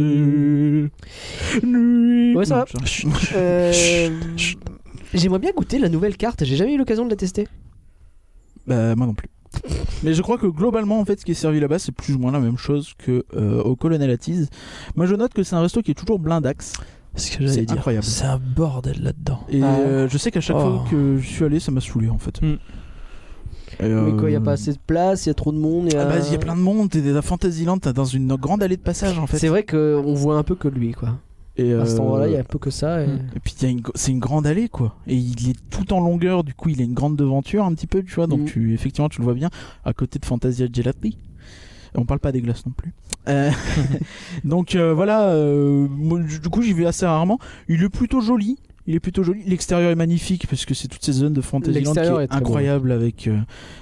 Nuit.
Ouais, ça
Non,
va.
je-
Euh, J'aimerais bien goûter la nouvelle carte, j'ai jamais eu l'occasion de la tester.
Bah, moi non plus. Mais je crois que globalement, en fait, ce qui est servi là-bas, c'est plus ou moins la même chose que euh, au Colonel Attise. Moi, je note que c'est un resto qui est toujours blindax.
ce que j'allais
C'est
dire.
incroyable.
C'est un bordel là-dedans.
Et
Ah. Hmm.
euh, je sais qu'à chaque
Oh.
fois que je suis allé, ça m'a saoulé en fait.
Mm.
Et,
Mais
euh,
quoi, il n'y a pas assez de place, il y a trop de monde. y
Ah
a-
bah, il y a plein de monde, t'es dans Fantasyland, t'es dans une grande allée de passage en fait.
C'est vrai qu'on voit un peu que lui, quoi.
Et,
À cet endroit-là, il y a
euh,
un peu que ça. et-
Mm.
et puis il y a une gr- c'est une grande allée quoi. Et il est tout en longueur, du coup il a une grande devanture un petit peu, tu vois. Donc
Mm.
tu, effectivement tu le vois bien à côté de Fantasia Gelati. On parle pas des glaces non plus. Euh, donc euh, voilà, euh, moi, du coup j'y vais assez rarement. Il est plutôt joli. Il est plutôt joli. L'extérieur est magnifique parce que c'est toutes ces zones de Fantasyland qui
L'extérieur
est,
est très beau.
incroyable avec euh,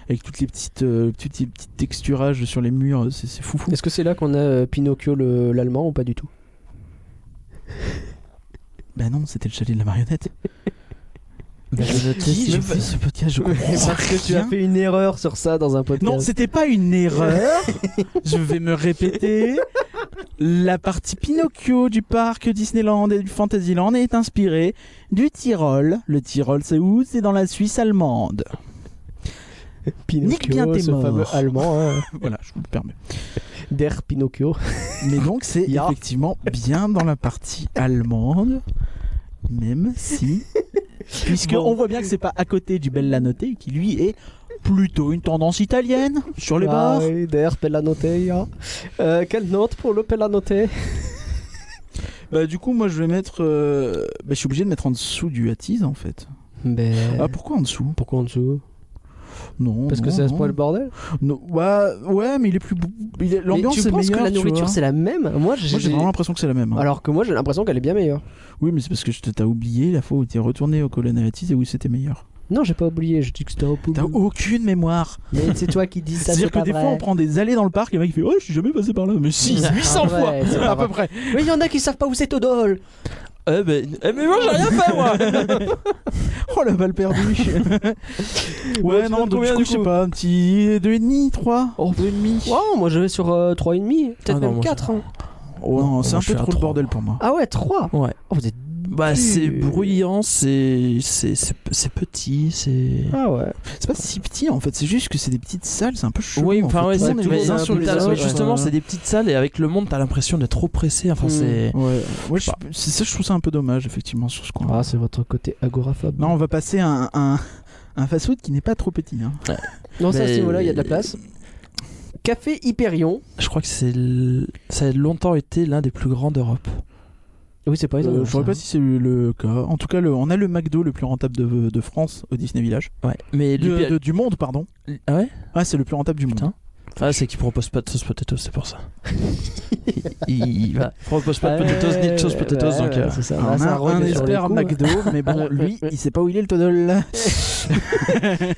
avec toutes les petites euh, toutes les petits texturages sur les murs. C'est c'est fou fou.
Est-ce que c'est là qu'on a euh, Pinocchio le- l'allemand ou pas du tout
Bah non, c'était le chalet de la marionnette.
Bah,
Mais
je
je-
qui
je-
je fais ce podcast, je comprends
Parce que tu as
rien.
fait une erreur sur ça dans un podcast.
Non, c'était pas une erreur. je vais me répéter. La partie Pinocchio du parc Disneyland et du Fantasyland est inspirée du Tyrol. Le Tyrol, c'est où C'est dans la Suisse allemande. nique bien
Pinocchio,
tes
ce
morts.
fameux allemand, hein,
Voilà, je vous le permets.
der Pinocchio.
Mais donc, c'est
Ya.
effectivement bien dans la partie allemande, même si. Puisque
Bon.
on voit bien que c'est pas à côté du Bella Notte, qui lui est plutôt une tendance italienne sur les
ah,
bords.
oui, der Pellanotte. ja. Euh, quelle note pour le Pellanotte
Bah, du coup, moi, je vais mettre. euh, Bah, je suis obligé de mettre en dessous du Hatties, en fait.
Ben,
Ah, pourquoi en dessous
Pourquoi en dessous
Non.
Parce que
non,
ça se
non.
poil le bordel.
Non, Ouais, ouais, mais il est plus. bou- il est- L'ambiance
Mais
est
tu penses
meilleure.
que la
tu
nourriture
vois.
c'est la même Moi j'ai.
Moi, j'ai vraiment l'impression que c'est la même. hein.
Alors que moi j'ai l'impression qu'elle est bien meilleure.
Oui, mais c'est parce que je te- t'as oublié la fois où t'es retourné au Colonne Hatties et où c'était meilleur.
Non, j'ai pas oublié, je dis que c'était un peu
T'as
bleu.
aucune mémoire.
Mais c'est toi qui dis ça, c'est
C'est-à-dire que
pas
des
vrai.
fois on prend des allées dans le parc et le mec il fait Ouais, je suis jamais passé par là. Mais si,
Ah,
C'est pas
800
vrai,
fois
Ah c'est pas
à peu
vrai.
près.
Mais il y en a qui savent pas où c'est Todol
Eh ben, eh, mais moi j'ai rien fait moi
Oh la balle perdue.
Bon,
ouais,
tu
non,
notes
donc
combien,
du coup,
du
je sais
coup
pas, un petit 2,5, 3
Oh, Wow, moi je vais sur euh, 3,5, peut-être
Ah non,
même
moi,
4.
c'est-
hein.
Oh non,
Non,
c'est
moi,
un
je
peu
suis à
trop le
trois.
bordel pour moi.
Ah ouais, 3
Ouais.
Oh, vous êtes.
Bah c'est
Dur.
bruyant, c'est c'est c'est c'est petit, c'est
Ah ouais.
C'est pas si petit en fait, c'est juste que c'est des petites salles, c'est un peu chaud.
Oui, enfin ouais,
tout le
c'est
monde est
mais
les uns
t'as-
sur les autres,
ouais,
ouais.
justement, c'est des petites salles et avec le monde, t'as l'impression d'être trop pressé. Enfin,
Mm.
c'est
Ouais, ouais je-
Bah.
c'est ça, je trouve ça un peu dommage effectivement sur ce coin.
Ah, c'est votre côté agoraphobe.
Là, on va passer à un, un, un fast-food qui n'est pas trop petit. hein.
Non, ça, à ce
Mais-
niveau-là, il y a de la place.
euh,
Café Hyperion.
je crois que c'est l- ça a longtemps été l'un des plus grands d'Europe.
Ah Oui, c'est pas
Euh,
étonnant.
je sais pas si c'est le cas. En tout cas, le- on a le McDo le plus rentable de, de France au Disney Village.
Ouais, mais
De-
l'hyper-
de- du monde, pardon.
ah ouais,
Ah, c'est le plus rentable du monde.
Putain. ah c'est qu'ils proposent pas de sauce potato, c'est pour ça. il, il- voilà, ils proposent pas de potatoes ni de sauce potatoes, donc euh,
c'est ça.
Alors, on a un expert McDo, mais bon, lui, il sait pas où il est le toddle.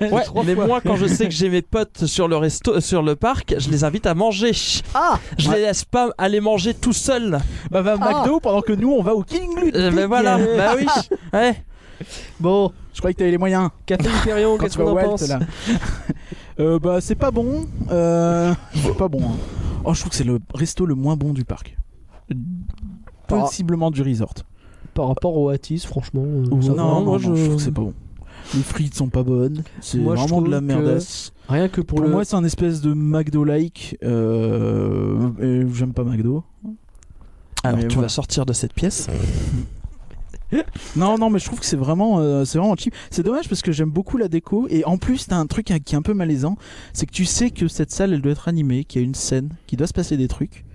Ouais,
trois
mais
fois.
moi, quand je sais que j'ai mes potes sur le resto, sur le parc, je les invite à manger. Je
Ah
les laisse pas aller manger tout seul.
Bah, va au
Ah.
McDo pendant que nous, on va au King Lut.
Euh, ben voilà, bah oui. Ouais.
Bon,
Je croyais que t'avais les moyens.
Café Hyperion,
Quand
qu'est-ce
tu vas
qu'on en
Walt,
pense
là. Euh, bah, c'est pas bon. Euh, c'est pas bon. hein. Oh, je trouve que c'est le resto le moins bon du parc. Ah. Possiblement du resort.
Par rapport au Hatties, franchement. euh,
Non,
ça va,
non,
moi,
non,
je-
je trouve que c'est pas bon. Les frites sont pas bonnes. C'est
Moi, je
vraiment de la
trouve
merdasse.
Rien que pour,
Pour,
le.
moi, c'est un espèce de McDo-like. euh, et J'aime pas McDo.
Alors,
Mais
tu
voilà.
vas sortir de cette pièce.
Ah
Non, non, mais je trouve que c'est vraiment, euh, c'est vraiment cheap. C'est dommage parce que j'aime beaucoup la déco et en plus t'as un truc hein, qui est un peu malaisant, c'est que tu sais que cette salle elle doit être animée, qu'il y a une scène, qu'il doit se passer des trucs.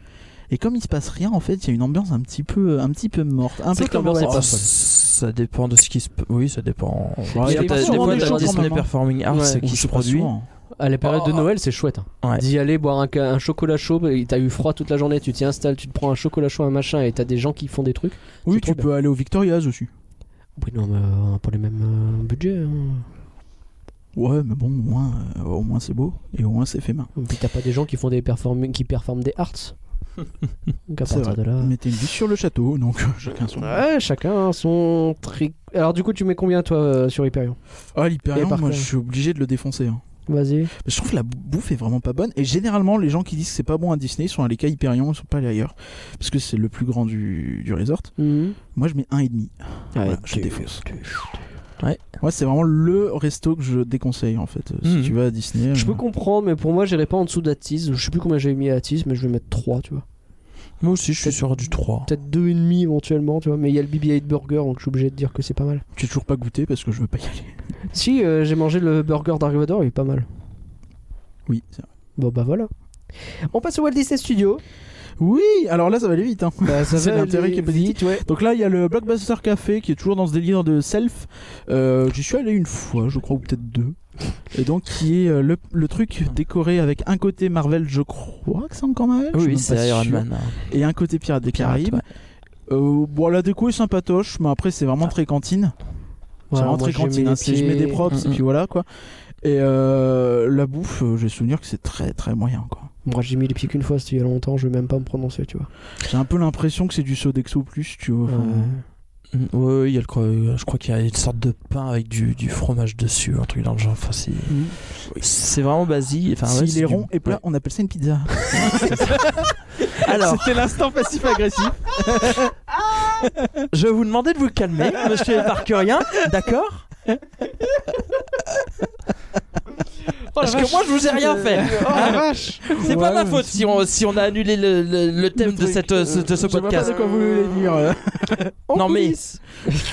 Et comme il se passe rien, en fait, il y a une ambiance un petit peu, un petit peu morte. Un
C'est
peu
que l'ambiance
comme-
est pas
Oh,
folle.
Ça dépend de ce qui se. Oui, ça dépend.
Ouais,
Parce
il
que
y a
t'as- des
forcément
fois,
des
t'as
choses
des
quand même,
les
hein.
performing arts
Ouais.
qui
Ou
se
pas
produisent.
souvent.
À la période de
Oh.
Noël, c'est chouette. hein.
Ouais.
D'y aller boire un, ca- un chocolat chaud, et t'as eu froid toute la journée, tu t'y installes, tu te prends un chocolat chaud, un machin, et t'as des gens qui font des trucs.
Oui,
C'est trop
tu peux aller au Victoria's aussi.
Oui, non, mais euh, on a pas les mêmes euh, budgets. hein.
Ouais, mais bon, au moins, euh, au moins c'est beau et au moins c'est fait main.
Et puis t'as pas des gens qui font des perform- qui performent des arts. Donc à
C'est
partir de
vrai.
là.
Mettez une vue sur le château, donc chacun son.
Ah. Ouais, chacun son tri. Alors du coup, tu mets combien toi euh, sur Hyperion
Ah,
Et
l'Hyperion,
par
moi,
contre-
je suis obligé de le défoncer. hein.
Vas-y.
Je trouve que la bou- bouffe est vraiment pas bonne. Et généralement, les gens qui disent que c'est pas bon à Disney ils sont allés qu'à Hyperion, ils sont pas allés ailleurs. Parce que c'est le plus grand du, du resort.
Mhm.
Moi, je mets un et demi. Voilà, je
tu-
défonce.
tu-
Moi, c'est vraiment le resto que je déconseille en fait. Euh,
Mhm.
Si tu vas à Disney.
Je
euh,
peux comprendre, mais pour moi, j'irai pas en dessous d'Atis. Je sais plus combien j'avais mis à Atis, mais je vais mettre 3, tu vois.
Moi aussi, je suis sur du 3.
Peut-être deux et demi éventuellement, tu vois. Mais il y a le BB-8 Burger, donc je suis obligé de dire que c'est pas mal.
J'ai toujours pas goûté parce que je veux pas y aller.
Si, euh, j'ai mangé le burger Dark Vador, il est pas mal.
Oui, c'est vrai.
Bon, bah voilà. On passe au Walt Disney Studio.
Oui, alors là ça va aller vite. hein.
Bah,
C'est l'intérêt qui est petit.
ouais.
Donc là il y a le Blockbuster Café qui est toujours dans ce délire de self. Euh, J'y suis allé une fois, je crois, ou peut-être deux. Et donc qui est euh, le, le truc décoré avec un côté Marvel, je crois que c'est encore Marvel. je
Oui,
suis
oui,
même pas
c'est Iron
sûr.
Man. hein.
Et un côté Pirates des
Pirate,
Caraïbes.
ouais.
Euh, bon, la déco est sympatoche, mais après c'est vraiment très cantine. C'est
Voilà,
vraiment
moi,
très
j'ai mis
cantine.
les
hein. C'est- Je mets
pieds.
des props et
Mm,
puis voilà quoi. Et euh, la bouffe, euh, j'ai souvenir que c'est très très moyen quoi.
Moi j'ai mis les pieds qu'une fois, c'était il y a longtemps, je vais même pas me prononcer, tu vois.
J'ai un peu l'impression que c'est du Sodexo plus, tu vois. enfin,
Mm, Ouais, ouais, il y a le cro- euh, je crois qu'il y a une sorte de pain avec du, du fromage dessus, un truc dans le genre. Enfin, c'est
euh,
c'est vraiment basique. Enfin, ouais,
S'il
c'est
est
du-
rond et plat,
Ouais.
on appelle ça une pizza.
Alors,
C'était l'instant passif-agressif.
je vais vous demander de vous calmer, monsieur Parkerien, d'accord
Oh,
Parce que moi, je vous ai rien
Euh,
fait. C'est pas
Ouais,
ma
ouais.
faute si on, si on a annulé le, le- le thème
Le
de,
truc,
cette, euh, ce- de ce
Je sais pas
podcast.
de quoi vous voulez dire. euh.
non mais.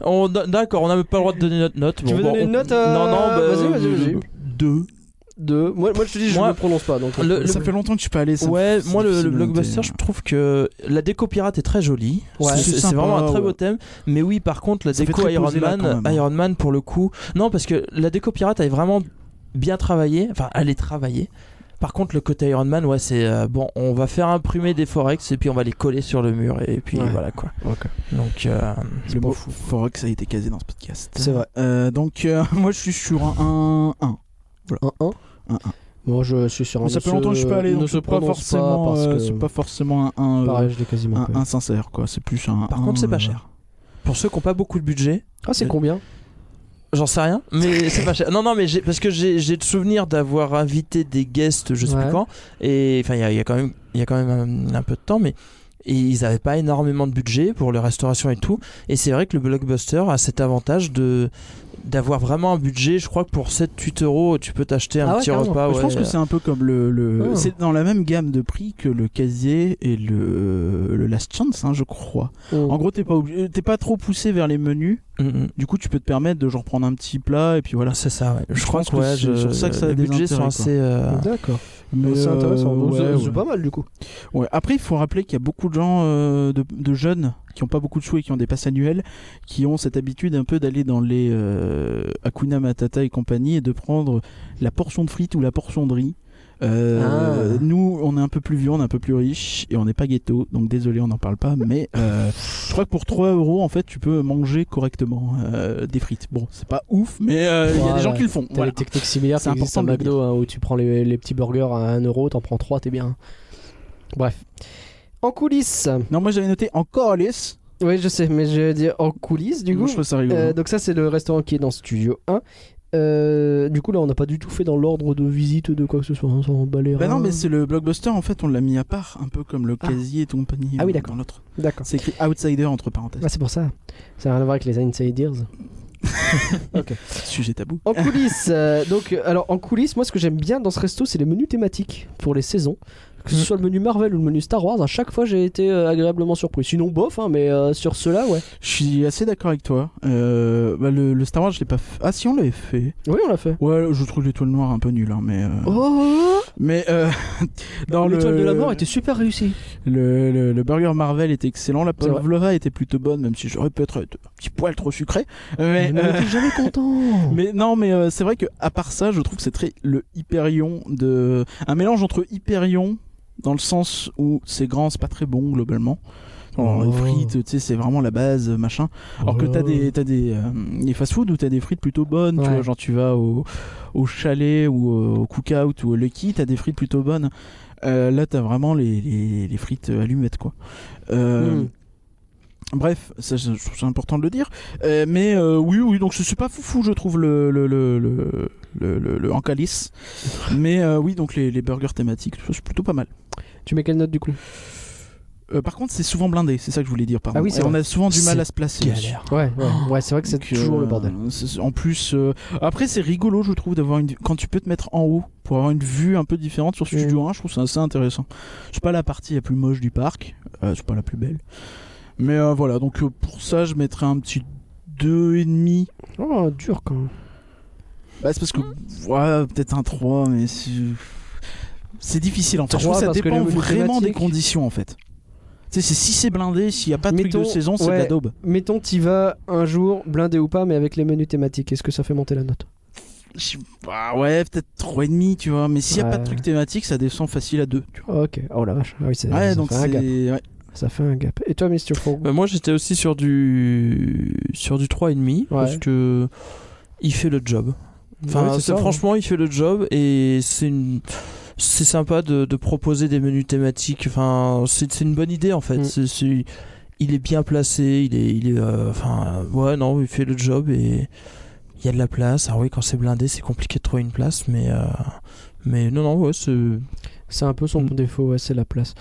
on, d'accord, on n'a même pas le droit de donner notre note.
Tu
Bon,
veux
bon,
donner
on-
une note euh,
Non, non, bah,
vas-y, vas-y, vas-y.
Deux.
Deux. Moi, moi je te dis, je
Moi,
ne prononce pas. Donc,
le-
Euh, Ça
le-
fait longtemps que je suis pas allé. ça me-
ouais,
c'est
moi le,
difficile
le
de noter.
blockbuster, je trouve que la déco pirate est très jolie.
Ouais.
C'est-
C'est
c'est
sympa,
vraiment un très
ouais.
beau thème. Mais oui, par contre, la
Ça fait
déco
très
Iron
posé, là,
Man,
quand même, hein.
Iron Man pour le coup. Non, parce que la déco pirate elle est vraiment bien travaillée. Enfin, elle est travaillée. Par contre, le côté Iron Man, ouais, c'est euh, bon. On va faire imprimer des forex et puis on va les coller sur le mur et puis
Ouais.
voilà quoi.
Ok.
Donc. euh,
Le mot Forex a été casé dans ce podcast.
C'est vrai.
Euh, donc, euh, moi je suis sur un 1.
Un 1
Un, un.
Moi je suis sur un.
Ça
ne
fait longtemps que je suis pas allé.
Ne
donc
se
c'est pas
prononce pas
forcément,
parce
euh,
que.
c'est pas euh, forcément un 1.
Pareil, je l'ai quasiment
un,
pas eu.
un sincère quoi, c'est plus un.
Par
un,
contre, c'est
euh,
pas cher. Pour ceux qui n'ont pas beaucoup de budget,
Ah, c'est combien
j'en sais rien, mais c'est pas cher. Non, non, mais j'ai- parce que j'ai j'ai le souvenir d'avoir invité des guests, je sais
Ouais.
plus quand, et enfin, il y a, il y a quand même, il y a quand même un, un peu de temps, mais et ils n'avaient pas énormément de budget pour les restaurations et tout. Et c'est vrai que le blockbuster a cet avantage de d'avoir vraiment un budget. Je crois que pour 7-8 euros, tu peux t'acheter un
Ah ouais,
petit
carrément.
repas.
je pense
ouais.
que c'est un peu comme le. le-
Oh.
C'est dans la même gamme de prix que le casier et le, le Last Chance, hein, je crois.
Oh.
En gros, t'es pas, obligé- t'es pas trop poussé vers les menus.
Mm, mm.
Du coup, tu peux te permettre de genre prendre un petit plat et puis voilà.
Ah, c'est ça, ouais. Je,
Je
crois
pense
que,
que
ouais,
c'est
je-
sur ça que ça a
les
des
budgets
intérêts, quoi.
sont assez. euh,
D'accord.
Mais,
C'est intéressant.
euh,
donc,
ouais,
c'est-
ouais.
C'est pas mal du coup.
Ouais. Après, il faut rappeler qu'il y a beaucoup de gens, euh, de, de jeunes, qui ont pas beaucoup de sous et qui ont des passes annuelles, qui ont cette habitude un peu d'aller dans les euh, Hakuna Matata et compagnie et de prendre la portion de frites ou la portion de riz. Euh,
Ah.
Nous, on est un peu plus vieux, on est un peu plus riche et on n'est pas ghetto, donc désolé, on n'en parle pas. Mais euh, je crois que pour 3 euros, en fait, tu peux manger correctement euh, des frites. Bon, c'est pas ouf, mais euh, il y a
Voilà.
des gens qui le font.
T'as
voilà.
les techniques similaires,
C'est
c'est important.
important de le
McDo, hein, où tu prends les, les petits burgers à 1€, t'en prends 3, t'es bien. Bref. En coulisses.
Non, moi j'avais noté encore Alice.
Oui, je sais, mais je vais dire en coulisses du
Moi,
coup.
je trouve ça rigolo.
Euh, donc ça c'est le restaurant qui est dans Studio 1. Euh, du coup là on n'a pas du tout fait dans l'ordre de visite de quoi que ce soit, hein, on s'en bat les
Bah non,
reins.
mais c'est le blockbuster en fait, on l'a mis à part, un peu comme le
Euh. Ah.
casier et compagnie.
Ah oui,
euh,
d'accord.
dans l'autre.
D'accord.
C'est écrit outsider entre parenthèses.
Ah c'est pour ça. Ça n'a rien à voir avec les Insiders.
Sujet tabou.
En coulisses, euh, donc euh, alors en coulisses, moi ce que j'aime bien dans ce resto c'est les menus thématiques pour les saisons. Que ce
Mm.
soit le menu Marvel ou le menu Star Wars, à chaque fois j'ai été euh, agréablement surpris. Sinon bof, hein, mais euh, sur ceux-là ouais.
Je suis assez d'accord avec toi. Euh, bah, le, le Star Wars, je l'ai pas fait. Ah si, on l'avait fait.
Oui on l'a fait.
Ouais, je trouve l'étoile noire un peu nulle, hein, mais. euh,
Oh
Mais euh, dans le-
L'étoile de la mort était super réussie.
Le, le- le burger Marvel était excellent. La
C'est vrai.
pavlova était plutôt bonne, même si j'aurais peut-être été un petit poil trop sucré. Mais,
Mais on
euh,
était jamais content.
Mais non, mais euh, c'est vrai que à part ça, je trouve que c'est très le Hyperion de un mélange entre Hyperion dans le sens où c'est grand, c'est pas très bon globalement.
Oh.
Genre, Les frites, tu sais, c'est vraiment la base, machin. Alors que t'as des, t'as des, euh, des fast-food où t'as des frites plutôt bonnes, tu
Ouais.
vois. Genre, tu vas au, au chalet ou euh, au, au cookout ou au Lucky, t'as des frites plutôt bonnes. Euh, là, t'as vraiment les, les, les frites allumettes, quoi. Euh,
Mm.
Bref, ça, je trouve ça important de le dire. Euh, mais euh, oui, oui, donc je suis pas foufou, je trouve, le, le, le, le, le, le- le Ancalis. mais euh, oui, donc les, les burgers thématiques, ça, c'est plutôt pas mal.
Tu mets quelle note du coup
Euh, par contre, c'est souvent blindé, c'est ça que je voulais dire. Pardon.
Ah oui,
Et
c'est
on
vrai.
a souvent du mal
C'est
à se placer.
Galère.
Ouais, ouais, ouais, c'est vrai Oh, que c'est
Donc,
toujours
euh,
le bordel.
c'est- En plus, euh, après c'est rigolo, je trouve, d'avoir une quand tu peux te mettre en haut pour avoir une vue un peu différente sur
Mm.
Studio 1. Je trouve ça assez intéressant. C'est pas la partie la plus moche du parc, euh, c'est pas la plus belle, mais euh, voilà. Donc euh, pour ça, je mettrais un petit deux et demi.
Oh, dur quand même.
Bah, c'est parce que ouais, peut-être un 3 mais c'est c'est difficile en fait. Je
3,
trouve que ça
parce que
dépend
les
vraiment des
thématiques-
conditions en fait. Tu sais, c'est- si c'est blindé, s'il n'y a pas de
Mettons-
truc de saison, c'est de la
ouais.
daube.
Mettons, t'y vas un jour, blindé ou pas, mais avec les menus thématiques. Est-ce que ça fait monter la note
Je- Bah ouais, peut-être 3,5, tu vois. Mais s'il n'y a
Ouais.
pas de truc thématique, ça descend facile à 2. Tu vois.
Ok. Oh la vache. Ah oui, c'est- Euh,
Ouais,
ça
donc
fait un gap.
c'est. ouais.
Ça fait un gap. Et toi, Mr. Frog
Bah, moi j'étais aussi sur du sur du 3,5 parce
Ouais.
que il fait le job. Enfin,
Ouais, c'est
c'est- hein.
ça, hein.
franchement, il fait le job et c'est une... c'est sympa de, de proposer des menus thématiques. Enfin, c'est c'est une bonne idée en fait.
Mm.
C'est- c'est- Il est bien placé, il est, il est, euh, enfin, ouais, non, il fait le job et il y a de la place. Alors oui, quand c'est blindé, c'est compliqué de trouver une place, mais, euh, mais non, non, ouais, c'est
C'est un peu son
Mm.
défaut, ouais, c'est la place.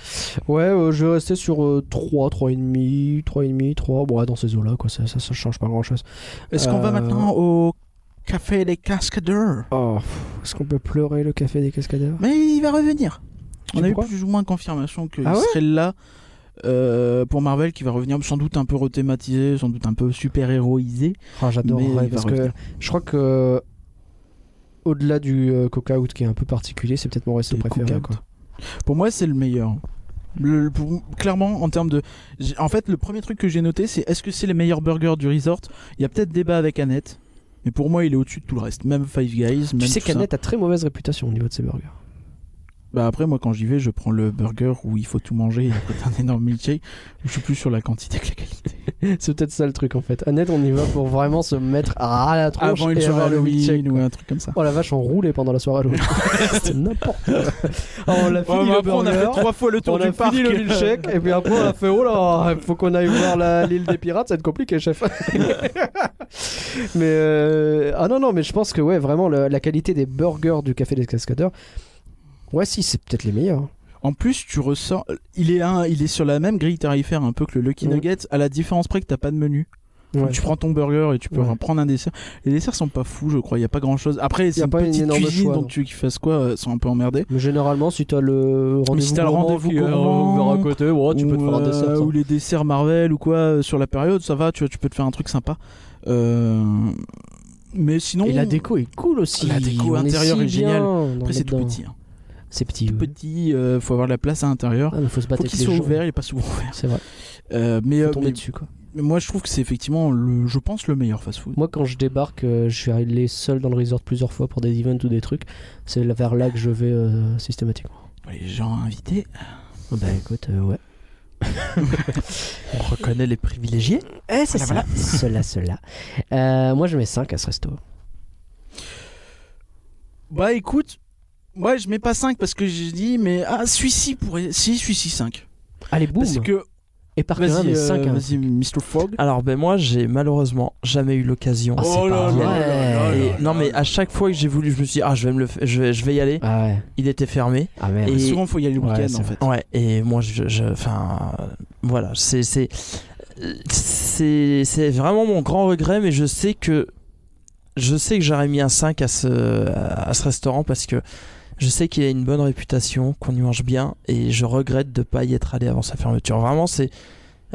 Ouais, euh, je vais rester sur euh, 3, 3,5, 3,5, 3. Bon, ouais, dans ces eaux-là, quoi, ça, ça, ça change pas grand-chose.
Est-ce qu'on va
Euh,
maintenant au Café des Cascadeurs
Oh, pff, est-ce qu'on peut pleurer le café des cascadeurs
Mais il va revenir.
Tu
On a eu
crois
plus ou moins confirmation qu'il
Ah ouais
serait là euh, pour Marvel, qui va revenir sans doute un peu rethématisé, sans doute un peu super-héroïsé.
Ah,
Mais
j'adorerais
il va
parce que
revenir.
je crois que au-delà du euh, coca-out qui est un peu particulier, c'est peut-être mon resto
Des
préféré.
Coca-Out. Pour moi, c'est le meilleur. Le- le- pour- clairement, en termes de. j'ai- En fait, le premier truc que j'ai noté, c'est est-ce que c'est les meilleurs burgers du resort Il y a peut-être débat avec Annette, mais pour moi, il est au-dessus de tout le reste. Même Five Guys, même.
Tu sais
tout ça.
qu'Annette a très mauvaise réputation au niveau de ses burgers.
Bah après moi quand j'y vais je prends le burger où il faut tout manger et après t'as un énorme milkshake. Je suis plus sur la quantité que la qualité.
c'est peut-être ça le truc en fait. Annette, on y va pour vraiment se mettre à la tronche
Avant une
et avoir
soirée
le milkshake,
Halloween ou
quoi.
un truc comme ça.
Oh la vache, on roulait pendant la soirée Halloween. C'était n'importe quoi. Alors, on Oh, l'a fini le burger,
fois le
on a fini le milkshake, et puis après on a fait oh là, faut qu'on aille voir la- l'île des pirates, ça va être compliqué, chef. mais euh, ah non non, mais je pense que ouais, vraiment le- la qualité des burgers du café des cascadeurs. Ouais, si, c'est peut-être les meilleurs.
En plus tu ressens, il est un, il est sur la même grille tarifaire un peu que le Lucky
Mm.
Nugget, à la différence près que t'as pas de menu.
Ouais.
Tu prends ton burger et tu peux
Ouais.
en prendre un dessert. Les desserts sont pas fous je crois, il y a pas grand chose. Après c'est
a
une
pas une
petite
énorme
cuisine
choix, non.
donc tu veux qu'ils fassent quoi, euh, ils sont un peu emmerdés.
Mais généralement, si t'as le rendez-vous,
Mais si t'as le
gourmand
rendez-vous
qui est, euh,
gourmand,
ouvert à côté, ouais, tu peux te
ou,
faire un
euh,
dessert. ça.
ou les desserts Marvel ou quoi euh, sur la période, ça va, tu vois, tu peux te faire un truc sympa. Euh, Mais sinon,
Et la déco est cool aussi.
La
On
déco
est
intérieure
si
est géniale.
bien dans-
après c'est tout
là-dedans.
petit. hein.
C'est petit.
Tout
ouais.
petit, euh, faut avoir de la place à l'intérieur.
Ah, mais faut se battre
Faut
avec
qu'il
les
soit
gens.
ouvert, il est pas souvent ouvert.
C'est vrai.
Euh, mais,
Faut
euh,
tomber
mais-
dessus quoi.
mais moi je trouve que c'est effectivement le, je pense le meilleur fast-food.
Moi, quand je débarque, euh, je suis allé seul dans le resort plusieurs fois pour des events ou des trucs. C'est là- vers là que je vais euh, systématiquement.
Les gens invités.
Ah Bah écoute, euh, ouais.
on reconnaît les privilégiés.
Eh, c'est ça. Cela, cela. Euh, moi, je mets 5 à ce resto.
Bah écoute, ouais je mets pas 5 parce que j'ai dit mais ah celui-ci pourrait, si celui-ci 5.
Allez, boum.
Parce que
Et par
vas-y,
un, hein. mais
euh,
5 à
hein,
un.
vas-y Mr Fogg.
Alors, ben moi, j'ai malheureusement jamais eu l'occasion.
Ah, c'est
Oh là
pas
là
vrai.
là là
Et-
là
non,
là
mais
là.
à chaque fois que j'ai voulu, je me suis dit, ah, je vais, me le fa- je, vais, je vais y aller.
Ah ouais.
Il était fermé.
Ah merde.
Et-
Souvent faut y aller le
Ouais,
week-end
c'est
en fait.
Ouais, et moi, je. je- Enfin, euh, voilà, c'est. c'est- C'est c'est vraiment mon grand regret, mais je sais que. Je sais que j'aurais mis un 5 à ce, à ce restaurant parce que je sais qu'il a une bonne réputation, qu'on y mange bien, et je regrette de pas y être allé avant sa fermeture. Vraiment, c'est.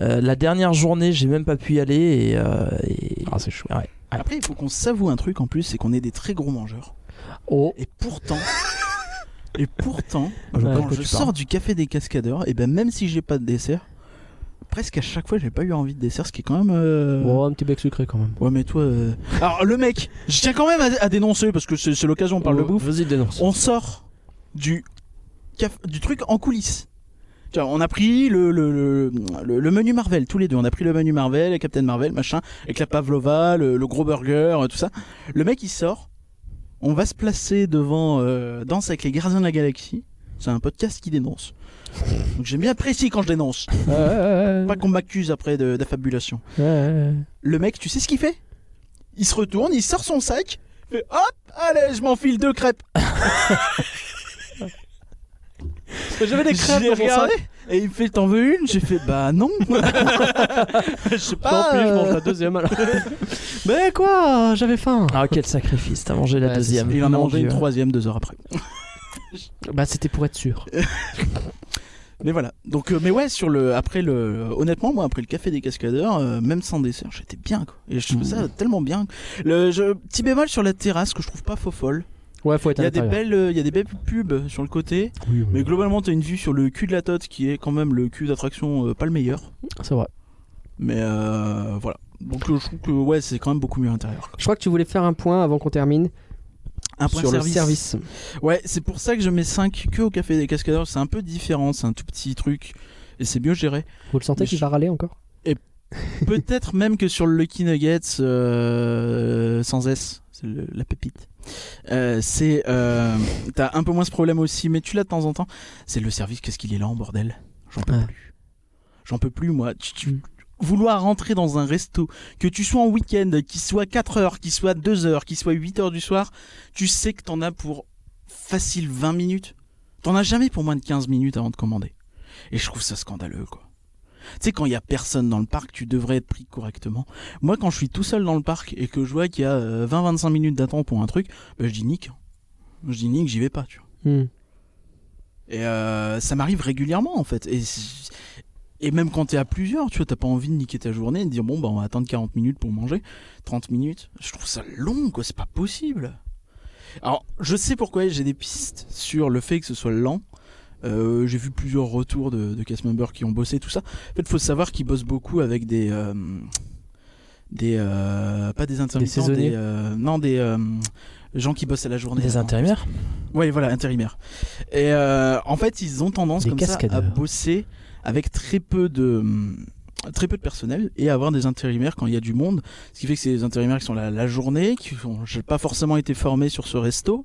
euh, la dernière journée, j'ai même pas pu y aller et. euh, et-
Ah, c'est chaud.
Ouais.
Après il faut qu'on s'avoue un truc en plus, c'est qu'on est des très gros mangeurs.
Oh.
Et pourtant, et pourtant,
Ah, je vois pas de
quand
quoi
je
tu
sors
parles.
du café des cascadeurs, et ben même si j'ai pas de dessert, presque à chaque fois j'ai pas eu envie de dessert, ce qui est quand même. euh,
Bon, Oh, un petit bec sucré quand même.
Ouais mais toi. euh, Alors le mec, je tiens quand même à, à dénoncer parce que c'est c'est l'occasion, on parle de bouffe.
Oh. Vas-y, dénonce.
On sort du caf- du truc en coulisses. Tu vois, On a pris le, le, le, le- le menu Marvel, tous les deux. On a pris le menu Marvel, et Captain Marvel, machin, avec la pavlova, le, le gros burger, euh, tout ça. Le mec, il sort. On va se placer devant euh, Danse avec les gardiens de la galaxie. C'est un podcast qui dénonce. Donc j'aime bien précis quand je dénonce.
Oh.
Pas qu'on m'accuse après de- d'affabulation. Le mec, tu sais ce qu'il fait Il se retourne, il sort son sac, fait hop, allez, je m'enfile deux crêpes.
J'avais des crêpes
J'ai
dans mon sac.
regardé, Et il me fait T'en veux une J'ai fait Bah non Je sais pas.
Tant pis, je
euh,
mange la deuxième alors. Ah. Mais quoi J'avais faim.
Ah, quel sacrifice, t'as mangé la
Ouais,
deuxième.
Ah, Il en a
Mon
mangé une
Dieu.
troisième deux heures après.
Bah, c'était pour être sûr.
Mais voilà. Donc, euh, mais ouais, sur le, après le, euh, honnêtement, moi, après le café des cascadeurs, euh, même sans dessert, j'étais bien, quoi. Et je trouve ça tellement bien. Le je- petit bémol sur la terrasse que je trouve pas faux folle.
Ouais, faut être
Il y
à
a des
l'intérieur.
belles, euh, il y a des belles pubs sur le côté,
Oui,
mais globalement, t'as une vue sur le cul de la Tote, qui est quand même le cul d'attraction euh, pas le meilleur.
C'est vrai.
Mais euh, voilà. Donc, euh, je trouve que ouais, c'est quand même beaucoup mieux à l'intérieur. quoi.
Je crois que tu voulais faire un point avant qu'on termine
Un point
sur
service.
le service.
Ouais, c'est pour ça que je mets 5 que au café des cascadeurs. C'est un peu différent, c'est un tout petit truc et c'est mieux géré.
Vous le sentez
Mais
qu'il
je-
va râler encore
Peut-être même que sur le Lucky Nuggets euh, sans S, c'est le- la pépite. Euh, c'est euh, t'as un peu moins ce problème aussi, mais tu l'as de temps en temps. C'est le service, qu'est-ce qu'il est lent, bordel. J'en peux
Ouais.
plus. J'en peux plus moi. Tu- tu- Vouloir rentrer dans un resto, que tu sois en week-end, qu'il soit 4 heures, qu'il soit 2 heures, qu'il soit 8 heures du soir, tu sais que t'en as pour facile 20 minutes. T'en as jamais pour moins de 15 minutes avant de commander. Et je trouve ça scandaleux, quoi. Tu sais, quand il y a personne dans le parc, tu devrais être pris correctement. Moi, quand je suis tout seul dans le parc et que je vois qu'il y a euh, 20-25 minutes d'attente pour un truc, bah, je dis nique. Je dis nique, j'y vais pas, tu vois.
Hmm.
Et euh, ça m'arrive régulièrement, en fait. Et, c'est- et même quand t'es à plusieurs, tu vois, t'as pas envie de niquer ta journée et de dire, bon, bah, on va attendre 40 minutes pour manger. 30 minutes. Je trouve ça long, quoi. C'est pas possible. Alors, je sais pourquoi j'ai des pistes sur le fait que ce soit lent. Euh, j'ai vu plusieurs retours de, de cast members qui ont bossé tout ça. En fait, faut savoir qu'ils bossent beaucoup avec des euh, des euh, pas des intermittents, des,
saisonniers
euh, non des euh, gens qui bossent à la journée.
Des
Non.
intérimaires
Ouais, voilà, intérimaires. Et euh, en fait, ils ont tendance
Des
comme ça à
cascadeurs.
bosser avec très peu de hum, très peu de personnel et à avoir des intérimaires quand il y a du monde, ce qui fait que c'est des intérimaires qui sont là la journée, qui n'ont pas forcément été formés sur ce resto.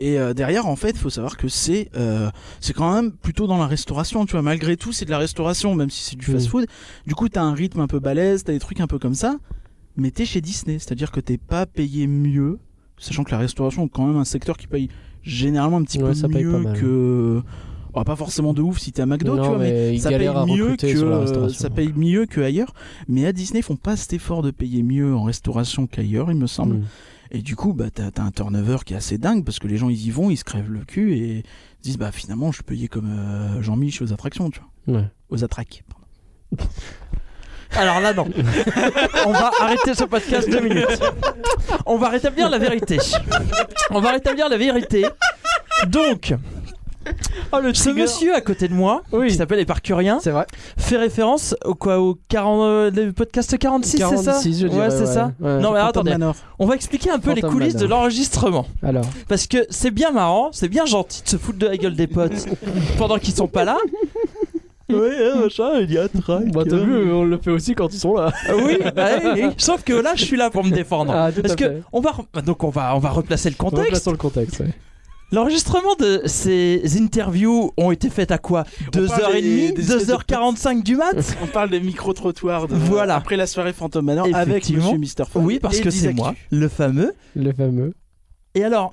Et euh, derrière, en fait, faut savoir que c'est euh, c'est quand même plutôt dans la restauration, tu vois. Malgré tout, c'est de la restauration, même si c'est du
Oui.
fast-food. Du coup, t'as un rythme un peu balèze, t'as des trucs un peu comme ça. Mais t'es chez Disney, c'est-à-dire que t'es pas payé mieux, sachant que la restauration est quand même un secteur qui paye généralement un petit
Ouais,
peu
ça paye
mieux
pas mal.
que. Bon, pas forcément de ouf si t'es à McDo,
Non,
tu vois, mais,
il
ça paye
galère à
mieux
recruter
que
sur la
euh,
restauration.
ça paye mieux que ailleurs. Mais à Disney, ils font pas cet effort de payer mieux en restauration qu'ailleurs, il me semble.
Hmm.
Et du coup, bah, t'as t'as un turnover qui est assez dingue parce que les gens ils y vont, ils se crèvent le cul et ils se disent bah finalement je suis payé comme euh, Jean-Mich aux attractions, tu vois,
Hmm. Ouais.
aux attraques. pardon.
Alors là, non. On va arrêter ce podcast deux minutes. On va rétablir la vérité. On va rétablir la vérité. Donc, ce
trigger.
monsieur à côté de moi,
Oui.
qui s'appelle Éparcurien,
C'est vrai.
fait référence au quoi au 40, euh, le podcast 46, c'est ça
46, je dirais,
Ouais, c'est ça.
Ouais. hein.
Non mais
Phantom
attendez,
Manor.
on va expliquer un peu les
Phantom
coulisses de
Manor.
l'enregistrement.
Alors,
Parce que c'est bien marrant, c'est bien gentil de se foutre de la gueule des potes pendant qu'ils sont pas là.
Ouais, machin, il y a traque.
bah, t'as vu, on le fait aussi quand ils sont là.
Ah Oui, bah oui, oui. sauf que là je suis là pour me défendre.
Ah, tout
Parce
à
que
fait.
on va re- donc on va on va replacer le contexte.
Replaçons le contexte. ouais.
L'enregistrement de ces interviews ont été faites à quoi
parle
2h30,
des- des espèces de-
2h45 du mat
On parle des micro-trottoirs de-
Voilà.
après la soirée Phantom Manor avec
Effectivement.
Monsieur Mister Fogg
Oui, parce
et
que
Lisa
c'est
Actu.
moi, le fameux.
Le fameux.
Et alors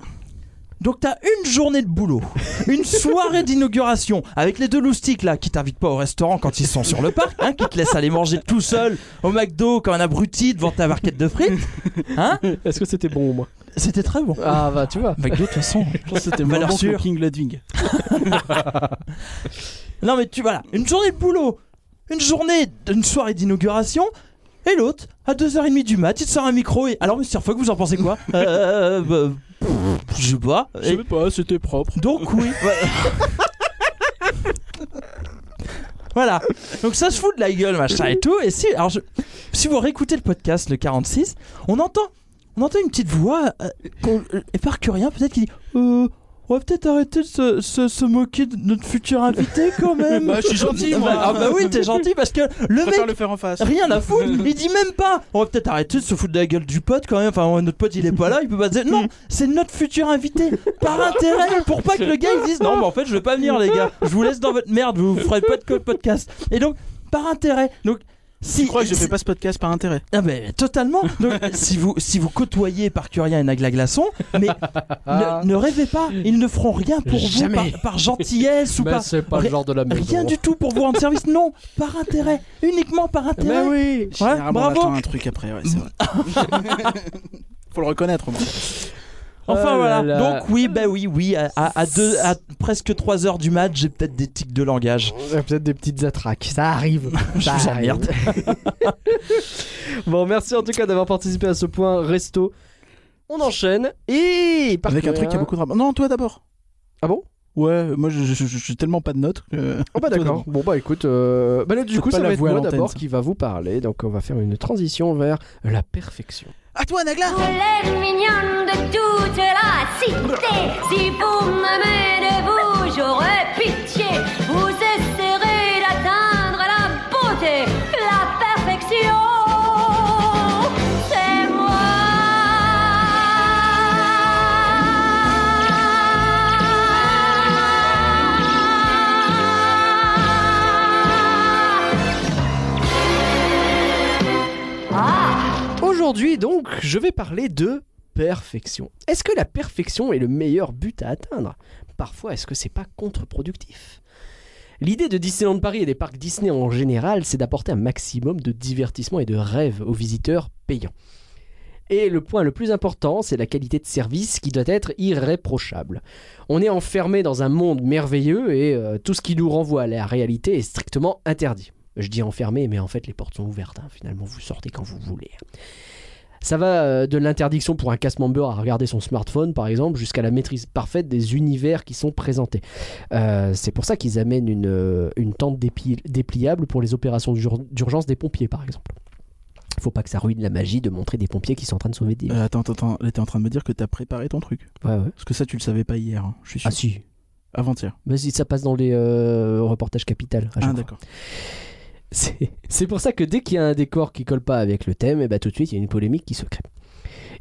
donc t'as une journée de boulot, une soirée d'inauguration avec les deux loustiques là qui t'invitent pas au restaurant quand ils sont sur le parc, hein, qui te laissent aller manger tout seul au McDo comme un abruti devant ta barquette de frites, hein
Est-ce que c'était bon au moins
C'était très bon.
Ah, bah, tu vois.
McDo de toute façon.
Je pense que c'était moins
Valeur
bon
sûre.
que King Ludwig.
Non mais tu voilà, une journée de boulot, une journée, une soirée d'inauguration, et l'autre à 2h30 du mat, il te sort un micro et alors Mr Fogg vous en pensez quoi Euh, bah, pff, je sais pas.
Je
Et
sais pas, c'était propre.
donc oui. voilà. Donc ça se fout de la gueule machin et tout et si alors je- si vous réécoutez le podcast le 46, on entend on entend une petite voix euh, qu'on- euh, et par curien peut-être qui dit euh, on va peut-être arrêter de se, se- se moquer de notre futur invité quand même.
Bah, je suis gentil,
Ah
moi.
bah- Ah bah oui, t'es gentil parce que le
Je préfère
mec,
le faire en face.
rien à foutre, il dit même pas. On va peut-être arrêter de se foutre de la gueule du pote quand même. Enfin, ouais, notre pote il est pas là, il peut pas dire. Non, c'est notre futur invité par intérêt pour pas que le gars il dise non, mais en fait je vais pas venir les gars. Je vous laisse dans votre merde, vous ferez pas de co- podcast. Et donc par intérêt, donc Si,
Je crois que je
si-
fais pas ce podcast par intérêt.
Ah ben, totalement. Donc, si vous si vous côtoyez Parcuria et Nagla Glaçon, mais ne, ne rêvez pas, ils ne feront rien pour
Ah. Jamais. Bah,
vous par, par gentillesse ou
Mais
par
c'est pas le
ri-
genre de la maison.
rien du tout pour vous rendre service. Non, par intérêt, uniquement par
Mais
intérêt.
Eh ben oui
Généralement, on
bravo.
attend un truc après, ouais, c'est vrai. Faut le reconnaître au moins.
Enfin
Oh là
voilà.
là.
Donc oui, ben oui, oui, à, à, à deux, à presque 3 heures du match, j'ai peut-être des tics de langage.
Peut-être des petites attraques, ça arrive.
Je vous emmerde.
Bon, merci en tout cas d'avoir participé à ce point resto. On enchaîne et par
Avec un truc qui a beaucoup de rapport. Non, toi d'abord.
Ah bon
Ouais, moi je- je- je- j'ai tellement pas de notes que.
Oh bah
Toi
d'accord.
d'abord.
Bon bah écoute, euh, bah là, du
Faut
coup
pas
ça
la
va être
voix à
moi
l'antenne,
d'abord
ça.
qui va vous parler, donc on va faire une transition vers la perfection.
À toi, Nagla
Vous les mignonnes de toute la cité, si vous m'aimez de vous, j'aurai pitié. Vous essaierez d'atteindre la beauté, la perfection. C'est moi. Ah!
Aujourd'hui donc, je vais parler de perfection. Est-ce que la perfection est le meilleur but à atteindre Parfois, est-ce que c'est pas contre-productif L'idée de Disneyland Paris et des parcs Disney en général, c'est d'apporter un maximum de divertissement et de rêve aux visiteurs payants. Et le point le plus important, c'est la qualité de service qui doit être irréprochable. On est enfermé dans un monde merveilleux et euh, tout ce qui nous renvoie à la réalité est strictement interdit. Je dis enfermé, mais en fait les portes sont ouvertes. hein. Finalement, vous sortez quand vous voulez. Ça va euh, de l'interdiction pour un cast member à regarder son smartphone, par exemple, jusqu'à la maîtrise parfaite des univers qui sont présentés. Euh, c'est pour ça qu'ils amènent une, euh, une tente dépli- dépliable pour les opérations d'ur- d'urgence des pompiers, par exemple. Faut pas que ça ruine la magie de montrer des pompiers qui sont en train de sauver des.
Euh, Attends, attends, attends, là t'es en train de me dire que t'as préparé ton truc.
Ouais, ouais.
Parce que ça, tu le savais pas hier, hein, je suis sûr.
Ah si.
Ah,
Avant-hier.
Mais si, ça passe dans les euh, reportages capital. à chaque
Ah,
fois.
d'accord.
C'est c'est pour ça que dès qu'il y a un décor qui colle pas avec le thème, et bah tout de suite il y a une polémique qui se crée.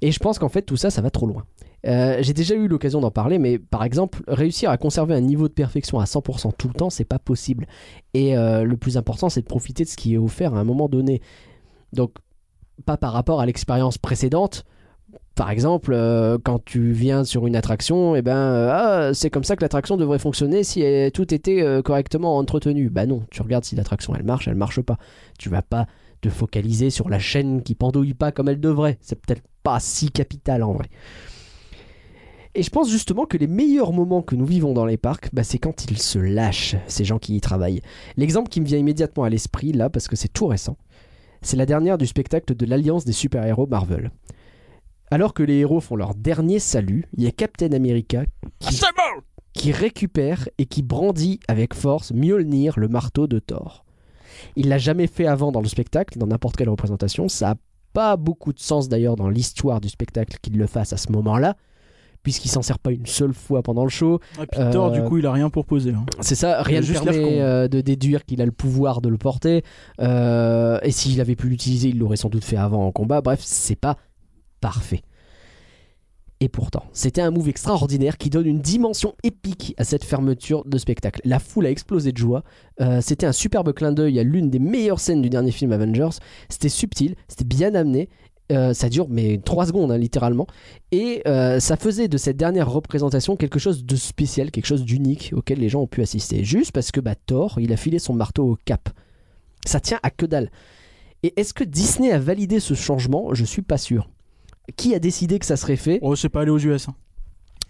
Et je pense qu'en fait tout ça, ça va trop loin. Euh, J'ai déjà eu l'occasion d'en parler, mais par exemple, réussir à conserver un niveau de perfection à 100% tout le temps, c'est pas possible. Et euh, le plus important, c'est de profiter de ce qui est offert à un moment donné. Donc, pas par rapport à l'expérience précédente. Par exemple, euh, quand tu viens sur une attraction, et ben euh, ah, c'est comme ça que l'attraction devrait fonctionner si elle- tout était euh, correctement entretenu. Bah non, tu regardes si l'attraction elle marche, elle marche pas. Tu vas pas te focaliser sur la chaîne qui pendouille pas comme elle devrait. C'est peut-être pas si capital en vrai. Et je pense justement que les meilleurs moments que nous vivons dans les parcs, bah, c'est quand ils se lâchent, ces gens qui y travaillent. L'exemple qui me vient immédiatement à l'esprit, là, parce que c'est tout récent, c'est la dernière du spectacle de l'Alliance des super-héros Marvel. Alors que les héros font leur dernier salut, il y a Captain America qui, qui récupère et qui brandit avec force Mjolnir, le marteau de Thor. Il l'a jamais fait avant dans le spectacle, dans n'importe quelle représentation. Ça a pas beaucoup de sens d'ailleurs dans l'histoire du spectacle qu'il le fasse à ce moment-là, puisqu'il s'en sert pas une seule fois pendant le show.
Et Ah, puis Thor,
Euh,
du coup, il a rien pour poser. hein.
C'est ça, rien ne
juste l'air
permet
con.
euh, de déduire qu'il a le pouvoir de le porter. Euh, et s'il avait pu l'utiliser, il l'aurait sans doute fait avant en combat. Bref, c'est pas parfait. Et pourtant, c'était un move extraordinaire qui donne une dimension épique à cette fermeture de spectacle. La foule a explosé de joie. Euh, c'était un superbe clin d'œil à l'une des meilleures scènes du dernier film Avengers. C'était subtil, c'était bien amené. Euh, ça dure mais 3 secondes hein, littéralement et euh, ça faisait de cette dernière représentation quelque chose de spécial, quelque chose d'unique auquel les gens ont pu assister. Juste parce que bah, Thor, il a filé son marteau au cap. Ça tient à que dalle. Et est-ce que Disney a validé ce changement Je suis pas sûr. Qui a décidé que ça serait fait
Oh, c'est pas aller aux US. Hein.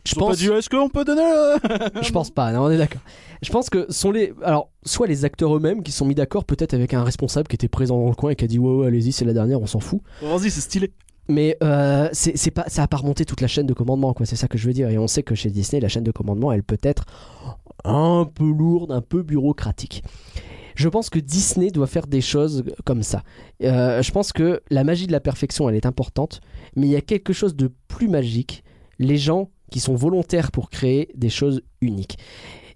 Je
Ils ont pas dit, est-ce qu'on peut donner. euh le-
je pense pas, non, on est d'accord. Je pense que sont les. Alors, soit les acteurs eux-mêmes qui se sont mis d'accord, peut-être avec un responsable qui était présent dans le coin et qui a dit Ouais, ouais, allez-y, c'est la dernière, on s'en fout.
Vas-y, c'est stylé.
Mais euh, c'est c'est pas, ça a pas remonté toute la chaîne de commandement, quoi. C'est ça que je veux dire. Et on sait que chez Disney, la chaîne de commandement, elle peut être un peu lourde, un peu bureaucratique. Je pense que Disney doit faire des choses comme ça. Euh, je pense que la magie de la perfection, elle est importante, mais il y a quelque chose de plus magique. Les gens qui sont volontaires pour créer des choses uniques.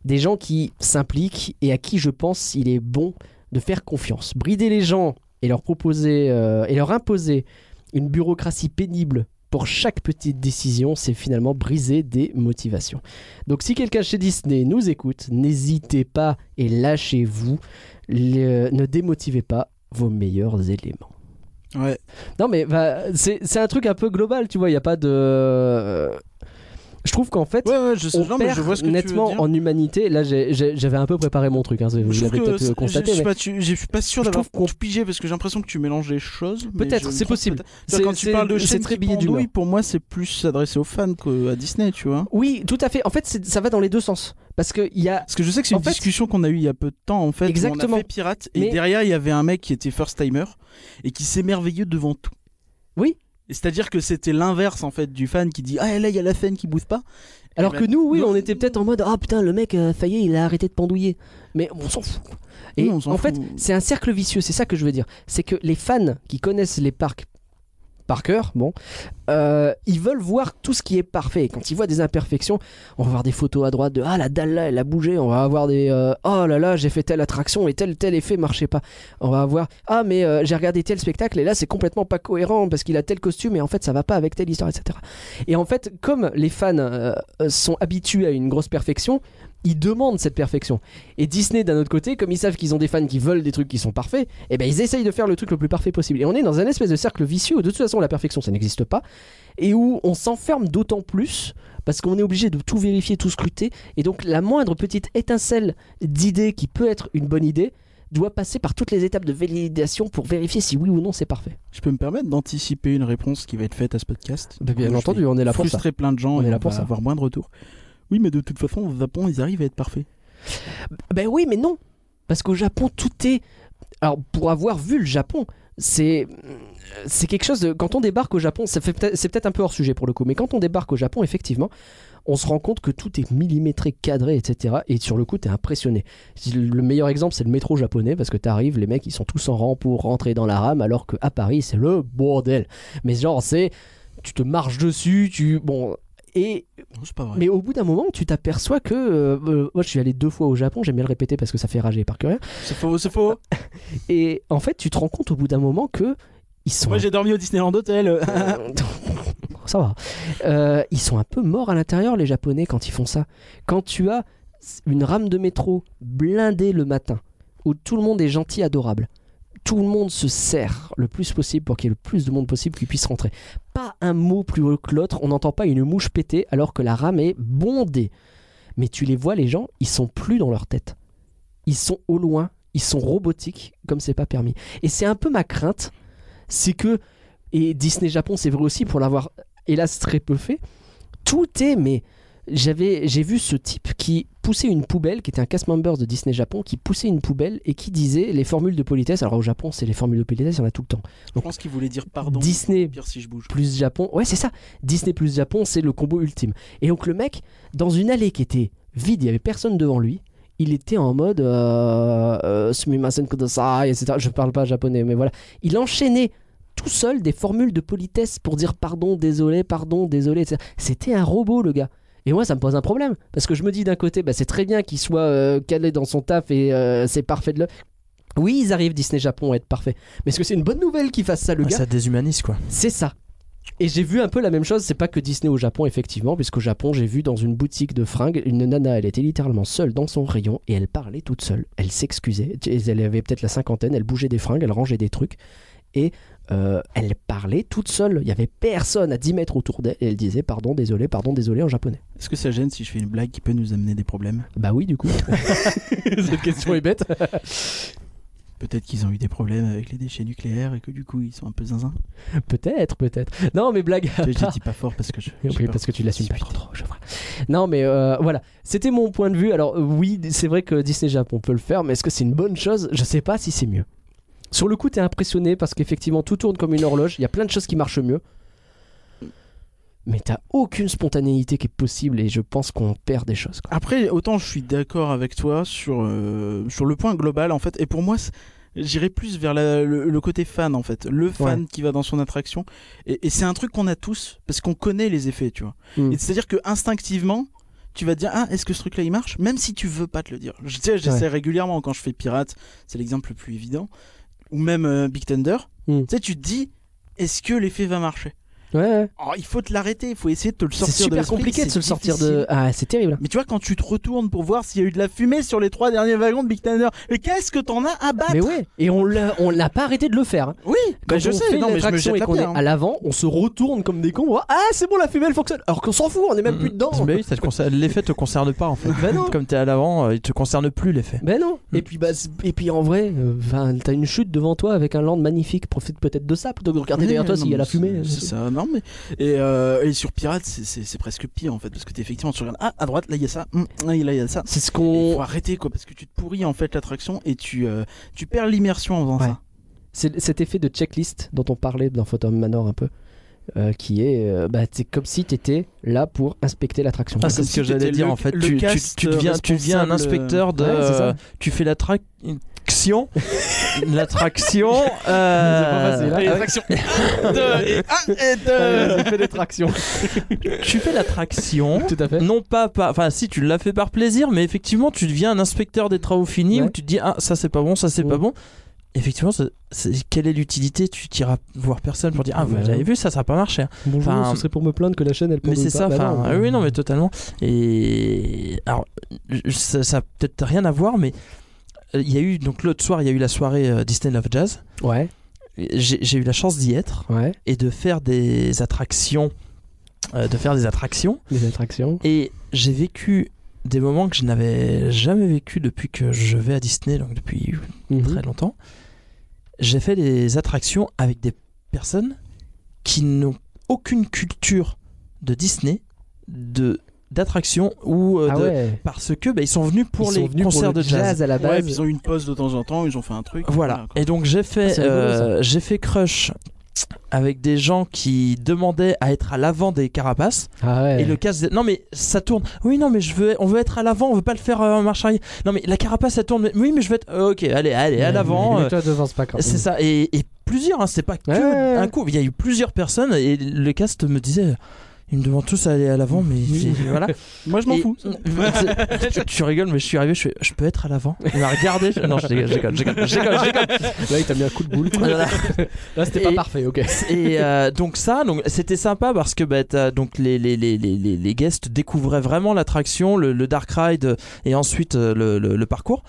Des gens qui s'impliquent et à qui je pense il est bon de faire confiance. Brider les gens et leur proposer euh, et leur imposer une bureaucratie pénible pour chaque petite décision, c'est finalement briser des motivations. Donc si quelqu'un chez Disney nous écoute, n'hésitez pas et lâchez-vous, Le- ne démotivez pas, vos meilleurs éléments.
Ouais.
Non, mais bah, c'est c'est un truc un peu global, tu vois. Il n'y a pas de. Je trouve qu'en fait.
Ouais, ouais, je, sais,
on
non, mais
perd
je vois ce que
nettement
tu veux dire.
en humanité. Là, j'ai- j'ai- j'avais un peu préparé mon truc. Hein, vous
Je trouve
l'avez
que
peut-être
c'est-
euh, constaté.
je, je
mais-
suis pas, tu- je suis pas sûr
Je
d'avoir
trouve qu'on-
pigé parce que j'ai l'impression que tu mélanges les choses. mais je
Peut-être,
me
c'est
trompe
possible.
peut-être. C'est-à-dire, Quand tu
c'est-
parles de
c'est
chaîne
très
qui
billet d'humeur.
pendouille, pour moi, c'est plus adressé aux fans qu'à Disney, tu vois.
Oui, tout à fait. En fait, c'est- ça va dans les deux sens. Parce qu'il y a.
Parce que je sais que c'est
En
une
fait-
discussion qu'on a eue il y a peu de temps en fait. où
Exactement.
On a fait pirate et
Mais-
derrière il y avait un mec qui était first timer et qui s'émerveillait devant tout.
Oui.
Et C'est-à-dire que c'était l'inverse en fait du fan qui dit ah là il y a la fan qui bouffe pas.
Alors
ben,
que nous, oui,
nous-
on était peut-être en mode Ah putain, le mec, euh, failli, il a arrêté de pendouiller. Mais on s'en fout. Et
Oui, on s'en
en fait,
fout.
c'est un cercle vicieux, c'est ça que je veux dire. C'est que les fans qui connaissent les parcs par cœur, bon, euh, ils veulent voir tout ce qui est parfait. Et quand ils voient des imperfections, on va voir des photos à droite de Ah la dalle là, elle a bougé. On va avoir des euh, Oh là là, j'ai fait telle attraction et tel tel effet marchait pas. On va avoir Ah mais euh, j'ai regardé tel spectacle et là c'est complètement pas cohérent parce qu'il a tel costume et en fait ça va pas avec telle histoire, etc. Et en fait, comme les fans euh, euh, sont habitués à une grosse perfection, ils demandent cette perfection. Et Disney, d'un autre côté, comme ils savent qu'ils ont des fans qui veulent des trucs qui sont parfaits, eh ben ils essayent de faire le truc le plus parfait possible. Et on est dans un espèce de cercle vicieux où de toute façon la perfection ça n'existe pas, et où on s'enferme d'autant plus parce qu'on est obligé de tout vérifier, tout scruter, et donc la moindre petite étincelle d'idée qui peut être une bonne idée doit passer par toutes les étapes de validation pour vérifier si oui ou non c'est parfait.
Je peux me permettre d'anticiper une réponse qui va être faite à ce podcast.
Bien
Je vais
entendu, on est là pour ça.
Frustrer plein de gens
On
et
est là
on
pour
va
ça.
avoir moins de retours. Oui mais de toute façon au Japon ils arrivent à être parfaits.
Ben oui, mais non. Parce qu'au Japon, tout est. Alors, pour avoir vu le Japon, c'est. C'est quelque chose de. Quand on débarque au Japon, ça fait peut-être- c'est peut-être un peu hors sujet pour le coup, mais quand on débarque au Japon, effectivement, on se rend compte que tout est millimétré, cadré, etc. Et sur le coup, t'es impressionné. Le meilleur exemple, c'est le métro japonais, parce que t'arrives, les mecs, ils sont tous en rang pour rentrer dans la rame, alors qu'à Paris, c'est le bordel. Mais genre, c'est. Tu te marches dessus, tu. Bon. Et
Non c'est pas vrai.
mais au bout d'un moment, tu t'aperçois que. euh, euh, moi, je suis allé deux fois au Japon, j'aime bien le répéter parce que ça fait rager par curieux.
C'est faux c'est faux.
Et en fait, tu te rends compte au bout d'un moment que. Ils sont.
Moi
un-
j'ai dormi au Disneyland Hotel.
euh, ça va. Euh, ils sont un peu morts à l'intérieur, les Japonais, quand ils font ça. Quand tu as une rame de métro blindée le matin, où tout le monde est gentil, adorable, tout le monde se serre le plus possible pour qu'il y ait le plus de monde possible qui puisse rentrer. Pas un mot plus haut que l'autre, on n'entend pas une mouche péter alors que la rame est bondée. Mais tu les vois, les gens, ils sont plus dans leur tête. Ils sont au loin, ils sont robotiques, comme c'est pas permis. Et c'est un peu ma crainte, c'est que et Disney Japon, c'est vrai aussi pour l'avoir hélas très peu fait. Tout est mais j'avais j'ai vu ce type qui poussait une poubelle qui était un cast member de Disney Japon qui poussait une poubelle et qui disait les formules de politesse. Alors au Japon, c'est les formules de politesse, il y en a tout le temps.
Je pense qu'il voulait dire pardon.
Disney
Pire si je bouge.
plus Japon. Ouais, c'est ça. Disney plus Japon, c'est le combo ultime. Et donc le mec, dans une allée qui était vide, il y avait personne devant lui. Il était en mode euh, euh, sumimasen kudasai, etc. Je parle pas japonais, mais voilà. Il enchaînait tout seul des formules de politesse pour dire pardon, désolé, pardon, désolé, etc. C'était un robot, le gars. Et moi, ça me pose un problème. Parce que je me dis d'un côté, bah, c'est très bien qu'il soit euh, calé dans son taf et euh, c'est parfait de le. Oui, ils arrivent, Disney Japon, à être parfait. Mais est-ce que c'est une bonne nouvelle qu'ils fassent ça, le
Ah,
gars
ça déshumanise quoi.
c'est ça. Et j'ai vu un peu la même chose, c'est pas que Disney au Japon, effectivement, puisqu'au Japon, j'ai vu dans une boutique de fringues, une nana, elle était littéralement seule dans son rayon et elle parlait toute seule. Elle s'excusait, Et elle avait peut-être la cinquantaine, elle bougeait des fringues, elle rangeait des trucs et euh, elle parlait toute seule. Il y avait personne à 10 mètres autour d'elle et elle disait pardon, désolé, pardon, désolé en japonais.
Est-ce que ça gêne si je fais une blague qui peut nous amener des problèmes
Bah oui, du coup. Cette question est bête.
Peut-être qu'ils ont eu des problèmes avec les déchets nucléaires et que du coup ils sont un peu zinzin.
peut-être, peut-être. Non, mais blague. à
Je, je
part.
dis pas fort parce que je.
Oui,
j'ai
oui,
peur.
parce que tu l'assumes pas trop, trop, je vois. Non, mais euh, voilà, c'était mon point de vue. Alors euh, oui, c'est vrai que Disney Japon peut le faire, mais est-ce que c'est une bonne chose Je sais pas si c'est mieux. Sur le coup, t'es impressionné parce qu'effectivement, tout tourne comme une horloge. Il y a plein de choses qui marchent mieux. Mais t'as aucune spontanéité qui est possible et je pense qu'on perd des choses. quoi.
Après, autant je suis d'accord avec toi sur, euh, sur le point global en fait. Et pour moi, c'est- j'irais plus vers la- le, le côté fan en fait. Le fan qui va dans son attraction. Et, et c'est un truc qu'on a tous parce qu'on connaît les effets, tu vois.
Mm.
Et C'est-à-dire que instinctivement. Tu vas te dire, ah, est-ce que ce truc-là il marche Même si tu veux pas te le dire. Je tu sais, j'essaie régulièrement quand je fais pirate, c'est l'exemple le plus évident. Ou même euh, Big Thunder.
Mm.
Tu sais, tu te dis, est-ce que l'effet va marcher
Ouais, ouais.
Oh, il faut te l'arrêter, il faut essayer de te le
C'est
sortir de
super
l'esprit,
compliqué de se
c'est
le sortir de.
difficile.
Ah, c'est terrible.
Mais tu vois, quand tu te retournes pour voir s'il y a eu de la fumée sur les trois derniers wagons de Big Thunder, mais qu'est-ce que t'en as à battre
Mais ouais, et on l'a, on l'a pas arrêté de le faire. hein.
Oui,
Quand
bah, je
on
sais,
fait
non, mais je me
l'attraction
jette
et
la
qu'on est
pierre.
à
hein.
l'avant, on se retourne comme des cons. on voit, Ah, c'est bon, la fumée elle fonctionne. Alors qu'on s'en fout, on est
Mm.
même plus dedans.
Mais oui, ça te concerne- l'effet te concerne pas en fait.
Bah
Comme t'es à l'avant, euh, il te concerne plus l'effet.
Ben non.
Mm.
Et puis bah, c'est- et puis en vrai, euh, enfin, t'as une chute devant toi avec un land magnifique. Profite peut-être de ça plutôt que de regarder
Oui,
derrière toi
non,
s'il y a
mais
la fumée.
C'est c'est ça, non mais. Et, euh, et sur Pirate, c'est- c'est c'est presque pire en fait, parce que t'es effectivement, tu regardes, ah, à droite, là il y a ça, hum, là il y a ça.
C'est ce
Il
qu'on.
faut arrêter quoi, parce que tu te pourris en fait l'attraction et tu, euh, tu perds l'immersion en faisant
Ouais.
ça.
C'est cet effet de checklist dont on parlait dans Phantom Manor un peu, euh, qui est euh, bah, c'est comme si t'étais là pour inspecter l'attraction.
Ah, c'est
comme
ce que
si
j'allais
t'étais
dire
le-
en fait.
le
Tu, tu-
cast
tu deviens, tu deviens un
responsable,
inspecteur de.
Ouais, c'est ça.
euh, tu fais l'attraction. L'attraction. euh,
C'est pas facile, hein.
avec-
Deux et un et deux
fait des tractions.
tu fais l'attraction.
Tout à
Mm.
fait.
Non pas par- enfin si tu l'as fait par plaisir, mais effectivement tu deviens un inspecteur des travaux finis
Ouais. Mm.
où tu te dis ah ça c'est pas bon, ça c'est
Ouais.
pas bon. Effectivement, ça- c'est- quelle est l'utilité Tu t'iras voir personne pour dire ah vous
Ouais.
avez vu ça, ça a pas marché.
Bonjour,
Enfin,
ce serait pour me plaindre que la chaîne elle
Mais
pendule
c'est
pas.
ça,
Bah
enfin,
non.
ah oui, non, mais totalement. Et alors, je- ça, ça a peut-être rien à voir, mais euh, il y a eu, donc l'autre soir, il y a eu la soirée euh, Disney Love Jazz.
Ouais,
J'ai j'ai eu la chance d'y être
ouais,
et de faire des attractions. euh, de faire des attractions.
les attractions.
Et j'ai vécu des moments que je n'avais jamais vécu depuis que je vais à Disney, donc depuis
Mhm.
très longtemps. J'ai fait des attractions avec des personnes qui n'ont aucune culture de Disney, de d'attractions ou euh,
Ah
de-
ouais.
parce que bah, ils sont venus pour
Ils
les
sont venus
concerts
le
de jazz.
à la
Ouais,
base.
puis ils ont eu une pause de temps en temps, ils ont fait un truc.
Voilà.
quoi.
Et donc j'ai
Ah,
fait
c'est rigolo,
euh, j'ai fait crush avec des gens qui demandaient à être à l'avant des carapaces
Ah ouais.
et le casse non mais ça tourne oui non mais je veux on veut être à l'avant on veut pas le faire euh, en marche arrière non mais la carapace ça tourne mais- oui mais je veux être euh, ok allez allez à
Ouais,
l'avant
mais
euh,
Toi devant, c'est pas grave.
C'est ça, et, et plusieurs, hein, c'est pas que
Ouais, ouais, ouais.
un coup. Il y a eu plusieurs personnes, et le cast me disait. Ils me demandent tous à aller à l'avant, mais j'ai- voilà.
Moi je m'en
Et-
fous.
tu, tu rigoles, mais je suis arrivé, je, fais, je peux être à l'avant. Il m'a regardé. je- Non, je déconne, je déconne, je déconne, je déconne, je déconne.
Là, il t'a mis un coup de boule.
Voilà.
Là, c'était pas
Et-
parfait, ok.
Et euh, donc ça, donc c'était sympa parce que bah, t'as- donc les les, les, les les les guests découvraient vraiment l'attraction, le, le dark ride euh, et ensuite euh, le, le, le parcours.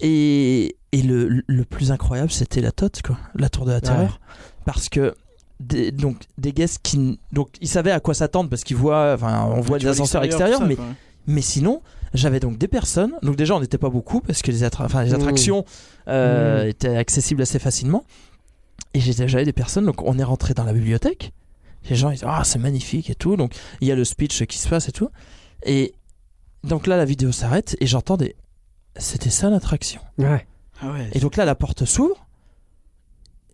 Et, et le, le plus incroyable, c'était la tote quoi, la tour de la terreur, parce que des, donc des guests qui n- donc ils savaient à quoi s'attendre parce qu'ils voient, enfin on voit
Tu
des
vois
ascenseurs
l'extérieur,
extérieurs, mais
tout ça,
mais sinon, j'avais donc des personnes. Donc déjà, on n'était pas beaucoup parce que les, attra- enfin, les
Mmh.
attractions euh, étaient accessibles assez facilement. Et j'étais- j'avais des personnes. Donc on est rentré dans la bibliothèque. Les gens ils disent ah c'est magnifique et tout. Donc il y a le speech qui se passe et tout. Et donc là la vidéo s'arrête et j'entends des c'était ça l'attraction.
Ouais.
quoi. Ah ouais.
Et donc là la porte s'ouvre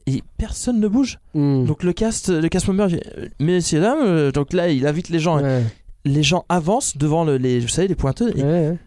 et personne ne bouge.
Mmh.
Donc le cast le cast member il dit, messieurs dames euh, donc là il invite les gens.
ouais.
Les gens avancent devant le, les vous savez les pointeux. et
ouais.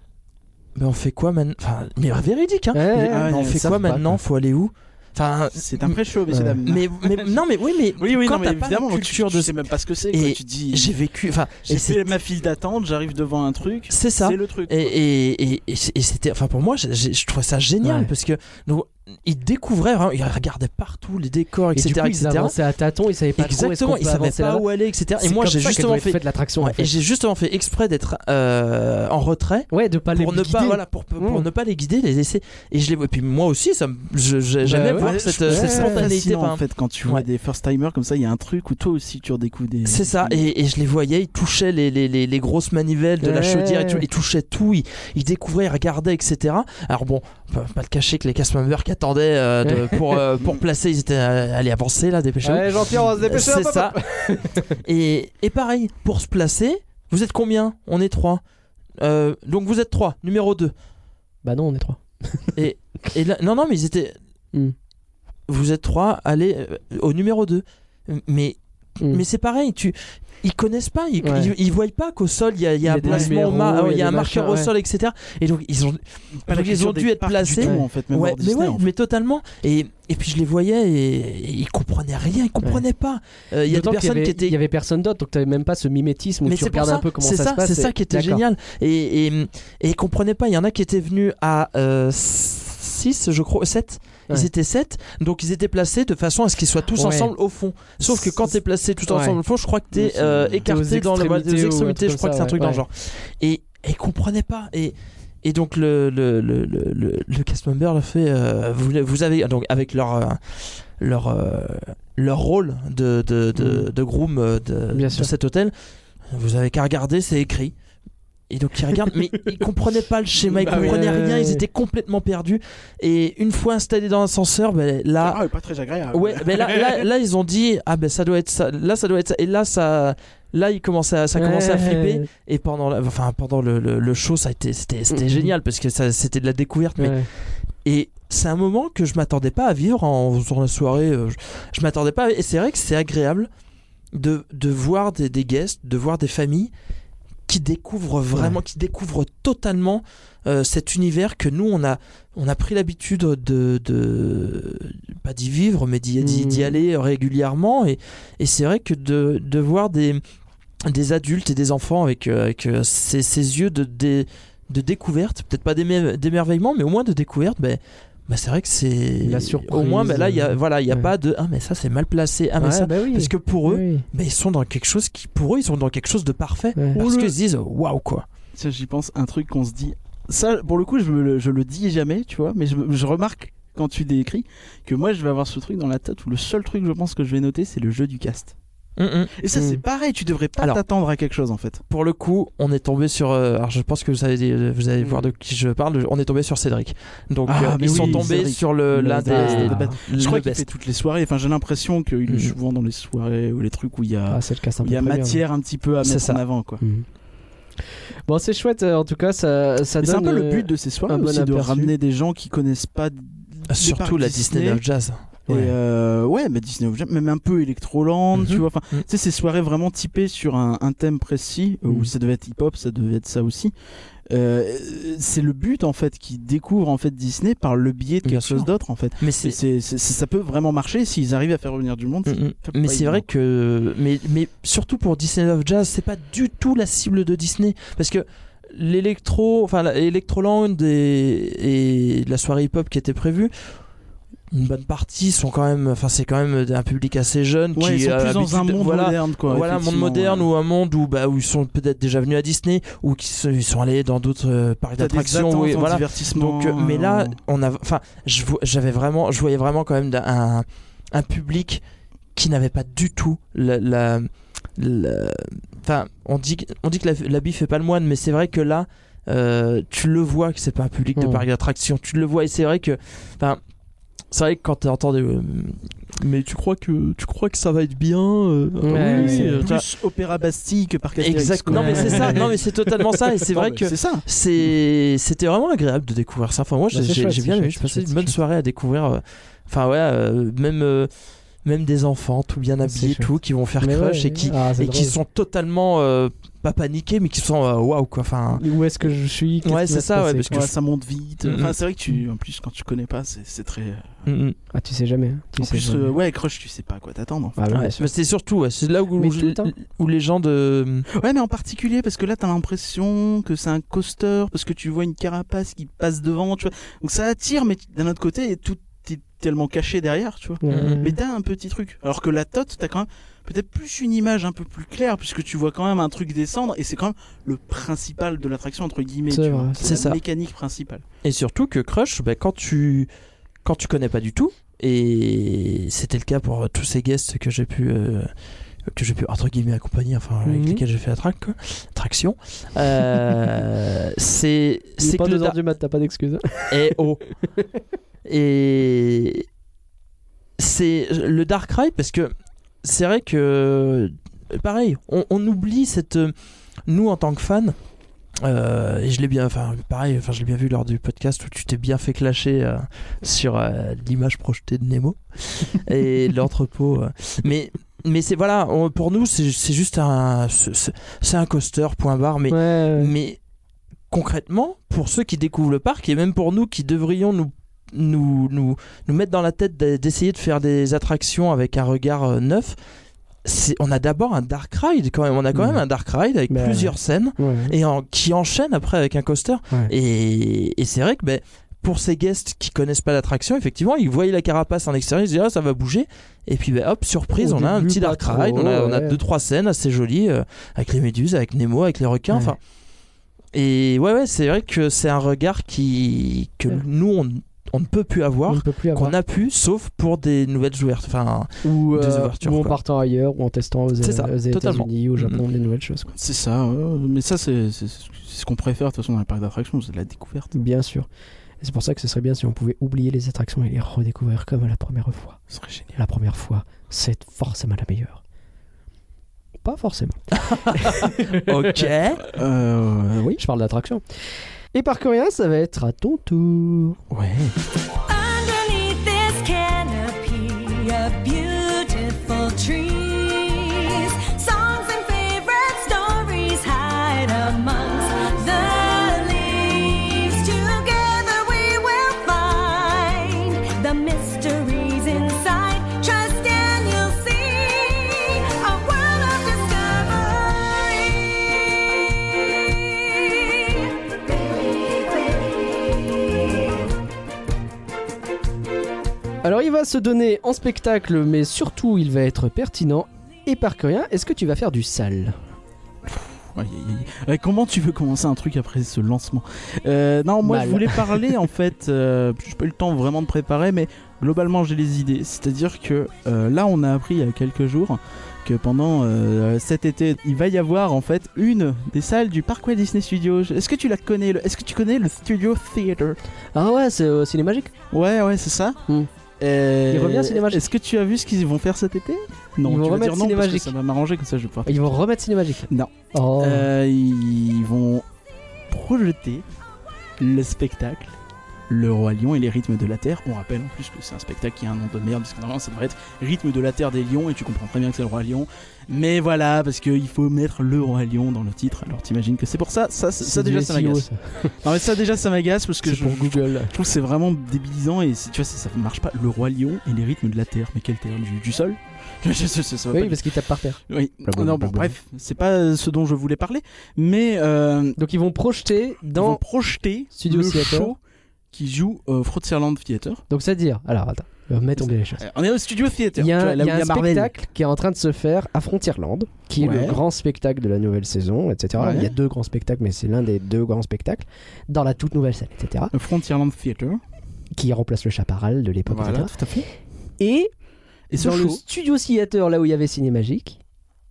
mais on fait quoi maintenant Enfin, mais véridique, hein
Ouais,
ouais,
Mais on
ouais,
fait
ça
quoi
va pas,
maintenant
quoi.
Faut aller où Enfin,
C'est un pré-show, messieurs
Ouais.
dames.
mais, mais non, mais oui, mais
Oui, oui,
quand
non, mais
t'as pas
évidemment,
la
donc tu,
culture
tu
de,
sais même pas ce que c'est.
Et
quoi. Tu te dis,
j'ai vécu, enfin, et
j'ai
c'est-
fait ma file d'attente, j'arrive devant un truc.
c'est ça.
C'est le truc.
Et,
quoi.
et, et, et c- et c'était, enfin pour moi, j'ai- j'ai- je trouvais ça génial
Ouais.
parce que donc, ils découvraient, vraiment, ils regardaient partout les décors,
Et
etc.,
du coup, ils
etc.
avançaient à tâtons, ils savaient pas trop est-ce qu'on
Exactement,
peut
ils savaient
avancer
pas
là-bas.
où aller, etc. Et
C'est
moi,
comme
j'ai
ça qu'elle
justement
doit être
fait,
faite, l'attraction. en
ouais,
fait.
et j'ai justement fait exprès d'être euh, en retrait
Ouais, de pas les
pour ne pas
guider.
voilà pour, pour
Mm.
ne pas les guider les laisser et je les vois et puis moi aussi ça me- je- je- j'aimais
Bah ouais,
voir
Ouais,
cette,
je-
cette
je trouve ça
spontanéité
fascinant,
enfin,
en fait quand tu vois
Ouais.
des first timers comme ça il y a un truc où toi aussi tu redécouvres des
c'est ça et, et je les voyais ils touchaient les, les, les, les grosses manivelles de la
Ouais.
chaudière et tout, ils touchaient tout ils, ils découvraient ils regardaient etc alors bon pas, pas le cacher que les casse qui attendaient euh, de- pour, euh, pour placer ils étaient euh, allez avancez là dépêchez-vous
Ouais, Jean-Pierre, on va se dépêcher.
c'est
hop, hop,
ça et, et pareil pour se placer vous êtes combien on est trois Euh, donc vous êtes trois numéro 2
Bah non, on est trois.
Et là- non, non, mais ils étaient.
Mm.
Vous êtes trois, allez euh, au numéro 2. Mais, mais c'est pareil, tu. Ils connaissent pas, ils,
Hmm. Ouais.
ils, ils voient pas qu'au sol il y a, il y
Il y
a un
a des
placement, au mar-
numéros,
euh, il y a un
des
marqueur
machins,
au
ouais.
sol, etc. Et donc ils ont,
Pas la
donc, ils
culture
ont
des
dû être
parcs du
placés.
tout,
Ouais.
en fait même
ouais,
hors
mais
Disney,
ouais,
en fait.
mais totalement. Et, et puis je les voyais et, et ils comprenaient rien, ils comprenaient pas. Euh, Il y a des
D'autant qu'il
personnes
avait-
qui étaient
Il y avait personne d'autre, donc t'avais même pas ce mimétisme où
mais
tu
c'est pour
regardes
ça,
un peu comment
c'est
ça se passe.
C'est ça
et-
qui était
D'accord.
génial. Et, et, et ils comprenaient pas. Il y en a qui étaient venus à 6, euh, je crois, 7. Ils étaient 7, donc ils étaient placés de façon à ce qu'ils soient tous
Ouais.
ensemble au fond. Sauf que quand t'es placé tout ensemble
Ouais.
au fond, je crois que t'es euh,
T'es aux
écarté dans le-
extrémités
aux
ou un
extrémités,
truc
je crois
comme
que c'est
ça,
un truc
ouais.
dans le genre. Et et ils comprenaient pas. Et, et donc le, le, le, le, le- le cast member l'a fait. euh, vous, vous avez donc avec leur euh, leur euh, leur rôle de de, de, de groom euh, de,
Bien
de
sûr.
cet hôtel. Vous avez qu'à regarder, c'est écrit. Et donc ils regardent, mais ils comprenaient pas le schéma, ils
Bah oui.
comprenaient
Ouais,
rien,
ouais,
ils
ouais.
étaient complètement perdus. Et une fois installés dans l'ascenseur, ben là,
Ah, pas très agréable.
Ouais, mais là, là, là, ils ont dit ah ben ça doit être ça, là ça doit être ça, et là ça, là il commençait à, ça commençait à flipper et pendant, la- enfin pendant le, le, le show ça a été, c'était, c'était
Mhm.
génial parce que ça, c'était de la découverte, mais et c'est un moment que je m'attendais pas à vivre en dans la soirée, euh, je, je m'attendais pas et c'est vrai que c'est agréable de, de voir des, des guests, de voir des familles qui découvrent vraiment, qui découvrent totalement euh, cet univers que nous on a on a pris l'habitude de, de- pas d'y vivre mais d'y d'y-
Mm.
d'y aller régulièrement et, et c'est vrai que de, de voir des des adultes et des enfants avec, euh, avec euh, ces, ces yeux de, des- de découverte peut-être pas d'émer- d'émerveillement mais au moins de découverte ben ben, c'est vrai que c'est
La surprise.
au moins ben là il y a voilà il y a
Ouais.
pas de ah mais ça c'est mal placé ah mais ça
bah oui.
parce que pour eux
Oui.
ben, ils sont dans quelque chose qui pour eux ils sont dans quelque chose de parfait
Ouais.
parce
Ou le-
qu'ils se disent waouh quoi
Ça, j'y pense, un truc qu'on se dit. Ça, pour le coup, je, me le, je le dis jamais, tu vois, mais je, me- je remarque quand tu décris que moi, je vais avoir ce truc dans la tête où le seul truc, je pense, que je vais noter, c'est le jeu du cast.
Mm, mm.
Et ça,
Mm.
c'est pareil, tu devrais pas
Alors-
t'attendre à quelque chose, en fait.
pour le coup, on est tombé sur. euh, alors, je pense que vous allez, vous allez voir de qui je parle. On est tombé sur Cédric. Donc,
Ah,
euh,
mais
ils sont
oui,
tombés
Cédric.
sur le l'un des.
best.
des-
Ah.
Euh, le
Je crois qu'il
best.
fait toutes les soirées, enfin, j'ai l'impression qu'il
Mm.
est souvent dans les soirées ou les trucs où il y a,
Ah, c'est le cas, c'est un
où il y a
peu très bien.
matière un petit peu à
C'est
mettre
ça.
en avant, quoi.
Hmm.
Bon, c'est chouette, euh, en tout cas, ça, ça
Mais
donne.
C'est un peu le
euh,
but de ces soirées
un bon
aussi, de
aperçu.
ramener des gens qui connaissent pas. d-
Surtout
des
la
parcs
Disney, Love Jazz.
Et euh, ouais, mais Disney Object, même un peu Electroland,
Mhm.
tu vois. Enfin,
Mhm.
tu sais, ces soirées vraiment typées sur un, un thème précis, euh, où
Mm.
ça devait être hip-hop, ça devait être ça aussi. Euh, c'est le but en fait qui découvre en fait Disney par le biais de quelque
Bien
chose
sûr.
d'autre en fait.
Mais
Et
c'est.
c'est- c'est- ça peut vraiment marcher s'ils arrivent à faire revenir du monde.
Mm, mm. Mais c'est vrai que. Mais, mais surtout pour Disney Love Jazz, c'est pas du tout la cible de Disney. Parce que l'électro. Enfin, la- Electroland et, et la soirée hip-hop qui était prévue. Une bonne partie sont quand même, enfin c'est quand même un public assez jeune
Ouais,
qui
ils sont
a
plus dans un
l'habitude-
monde
voilà,
moderne quoi.
voilà un monde
effectivement,
moderne
ouais.
ou un monde où bah où ils sont peut-être déjà venus à Disney ou qui se- ils sont allés dans d'autres euh, parcs
T'as des
d'attractions
attentes
oui,
en
voilà
divertissement,
donc euh, mais là
euh,
on a enfin je vo- j'avais vraiment je voyais vraiment quand même d'un- un un public qui n'avait pas du tout la la- la- enfin on dit que- on dit que la- l'habit fait pas le moine mais c'est vrai que là euh, tu le vois que c'est pas un public de
Hmm.
parc d'attractions tu le vois et c'est vrai que enfin c'est vrai que quand t'entends des euh, mais tu crois que tu crois que ça va être bien euh, ah
Ouais,
oui,
c'est
oui, euh, t'as-
plus opéra Bastille que par
Exactement. Non mais c'est ça. Non mais c'est totalement ça. Et c'est vrai que
c'est ça.
c'est c'était vraiment agréable de découvrir ça. Enfin moi
Bah,
j'ai
c'est
j'ai-
chouette,
j'ai
c'est
bien aimé.
chouette,
Je
c'est
passais
chouette,
une bonne
c'est
soirée à découvrir. euh, Enfin ouais, euh, même euh, même des enfants tout bien habillés,
chouette.
tout qui vont faire
Mais
crush
ouais,
et qui
ah, c'est
et qui
drôle.
sont totalement euh, pas paniqués mais qui sont euh, waouh quoi. Enfin
Où est-ce que je suis Qu'est-ce
Ouais,
qui
c'est
va
ça,
se
ouais,
passer
parce que-
Ouais, ça monte vite.
Mhm.
Enfin, c'est vrai que tu, en plus, quand tu connais pas, c'est c'est très.
mm, mm.
Ah, tu sais jamais. hein, Tu
en
sais
plus,
jamais.
euh, ouais, Crush, tu sais pas à quoi t'attendre. en fait.
Ah, ouais,
Ouais,
bien sûr.
mais c'est surtout ouais, c'est là où
Mais
où,
tout le temps.
où les gens de
Ouais, mais en particulier parce que là, t'as l'impression que c'est un coaster parce que tu vois une carapace qui passe devant, tu vois. Donc ça attire, mais d'un autre côté, tout est tellement caché derrière, tu vois.
Ouais.
Mais t'as un petit truc. Alors que la tote, t'as quand même peut-être plus une image un peu plus claire puisque tu vois quand même un truc descendre et c'est quand même le principal de l'attraction entre guillemets.
C'est
tu
vrai,
vois.
c'est
la
ça.
Mécanique principale.
Et surtout que Crush, bah, quand tu quand tu connais pas du tout, et c'était le cas pour euh, tous ces guests que j'ai pu euh, que j'ai pu entre guillemets accompagner, enfin avec
Mhm.
lesquels j'ai fait la track, quoi, traction. euh, c'est
Il est
c'est
pas
que le
2h
da-
du mat, t'as pas d'excuses.
hein.
et oh. Et c'est le Dark Ride parce que c'est vrai que pareil, on, on oublie cette nous en tant que fans. euh, et je l'ai bien, enfin pareil, enfin je l'ai bien vu lors du podcast où tu t'es bien fait clasher euh, sur euh, l'image projetée de Nemo et l'entrepôt. euh. Mais mais c'est voilà, on- pour nous c'est c'est juste un c'est- c'est c'est un coaster point barre. Mais
Ouais, ouais.
mais concrètement, pour ceux qui découvrent le parc, et même pour nous qui devrions nous, nous, nous, nous mettre dans la tête d'e- d'essayer de faire des attractions avec un regard euh, neuf, c'est- on a d'abord un dark ride quand même. On a quand
Mhm.
même un dark ride avec
Bah,
plusieurs scènes
Ouais.
et en- qui enchaîne après avec un coaster.
Ouais.
Et, et c'est vrai que ben, pour ces guests qui connaissent pas l'attraction, effectivement, ils voyaient la carapace en extérieur, ils se disaient ah, ça va bouger. Et puis bah, hop, surprise,
Au
on a un
début,
petit
pas
dark
trop,
ride, on a, on a
ouais.
deux trois scènes assez jolies euh, avec les méduses, avec Nemo, avec les requins. Enfin, et ouais ouais, c'est vrai que c'est un regard qui que
Ouais.
nous on, on ne peut plus
on
avoir,
ne peut plus avoir.
qu'on a pu, sauf pour des nouvelles joueurs. Enfin,
Ou,
des
euh,
ouvertures,
ou en
quoi.
partant ailleurs, ou en testant aux,
C'est ça,
aux
totalement. Mm-hmm.
États-Unis, au Japon, des nouvelles choses. quoi.
C'est ça, ouais, mais ça, c'est c'est- c'est ce qu'on préfère de toute façon dans les parcs d'attractions, c'est de la découverte.
Bien sûr. Et C'est pour ça que ce serait bien si on pouvait oublier les attractions et les redécouvrir comme la première fois.
Ce serait génial.
La première fois, c'est forcément la meilleure. Pas forcément.
ok.
Euh, ouais,
Oui, je parle d'attraction. Et par coréen, ça va être à ton tour.
Ouais.
Underneath this canopy of beautiful trees, songs and favorite stories hide amongst the leaves. Together we will find the mysteries inside. Trust and you'll see a world of discovery.
Alors, il va se donner en spectacle, mais surtout, il va être pertinent. Et par coréen, est-ce que tu vas faire du sale
aïe, aïe, aïe. Ouais, comment tu veux commencer un truc après ce lancement Euh, Non, moi
Mal.
je voulais parler en fait. euh, j'ai pas eu le temps vraiment de préparer, mais globalement j'ai les idées. C'est-à-dire que euh, là on a appris il y a quelques jours que pendant euh, cet été il va y avoir en fait une des salles du parc Walt Disney Studios. Est-ce que tu la connais le- Est-ce que tu connais le Studio Theater
Ah ouais, c'est euh, ciné magique.
Ouais, ouais, c'est ça.
Hmm.
Euh,
Il revient cinéma Magique.
Est-ce que tu as vu ce qu'ils vont faire cet été Non,
Ils
tu
vont
vas
remettre
dire non
cinéma
parce que
Magique.
ça va m'arranger comme ça je vais pouvoir.
Ils vont remettre ciné magique.
Non.
Oh.
Euh, ils vont projeter le spectacle Le Roi Lion et les rythmes de la Terre. On rappelle en plus que c'est un spectacle qui a un nom de merde, parce que normalement ça devrait être Rythme de la Terre des Lions, et tu comprends très bien que c'est le Roi Lion. Mais voilà, parce qu'il faut mettre le Roi Lion dans le titre, alors t'imagines que c'est pour ça, ça, ça, ça
C'est du
déjà ça
SEO,
m'agace.
ça.
Non mais ça déjà ça m'agace, parce que
C'est
je,
pour Google.
je trouve que c'est vraiment débilisant et c'est- tu vois, ça, ça marche pas. Le roi lion et les rythmes de la terre, mais quelle terre du, du sol Je- je- je- ça va pas
Oui,
du-
parce qu'ils tapent par terre.
Oui. Non, bon, bref, c'est pas ce dont je voulais parler, mais euh,
Donc, ils vont projeter
ils
dans
vont projeter
Studio
le
Theater.
show qui joue au Frontierland Theater.
Donc, c'est-à-dire, alors attends, euh, mets tomber les choses.
Euh, On est au Studio Theater.
Il y a,
tu
un-
vois, là
il y
où
a un
Marvel.
spectacle qui est en train de se faire à Frontierland, qui est
Ouais.
le grand spectacle de la nouvelle saison, etc.
Ouais.
Il y a deux grands spectacles, mais c'est l'un des deux grands spectacles dans la toute nouvelle salle, etc.
Le Frontierland Theater.
Qui remplace le chaparral de l'époque,
Voilà,
etc.
tout à fait.
Et,
Et ce
dans le
show,
studio theater, là où il y avait Cinémagique,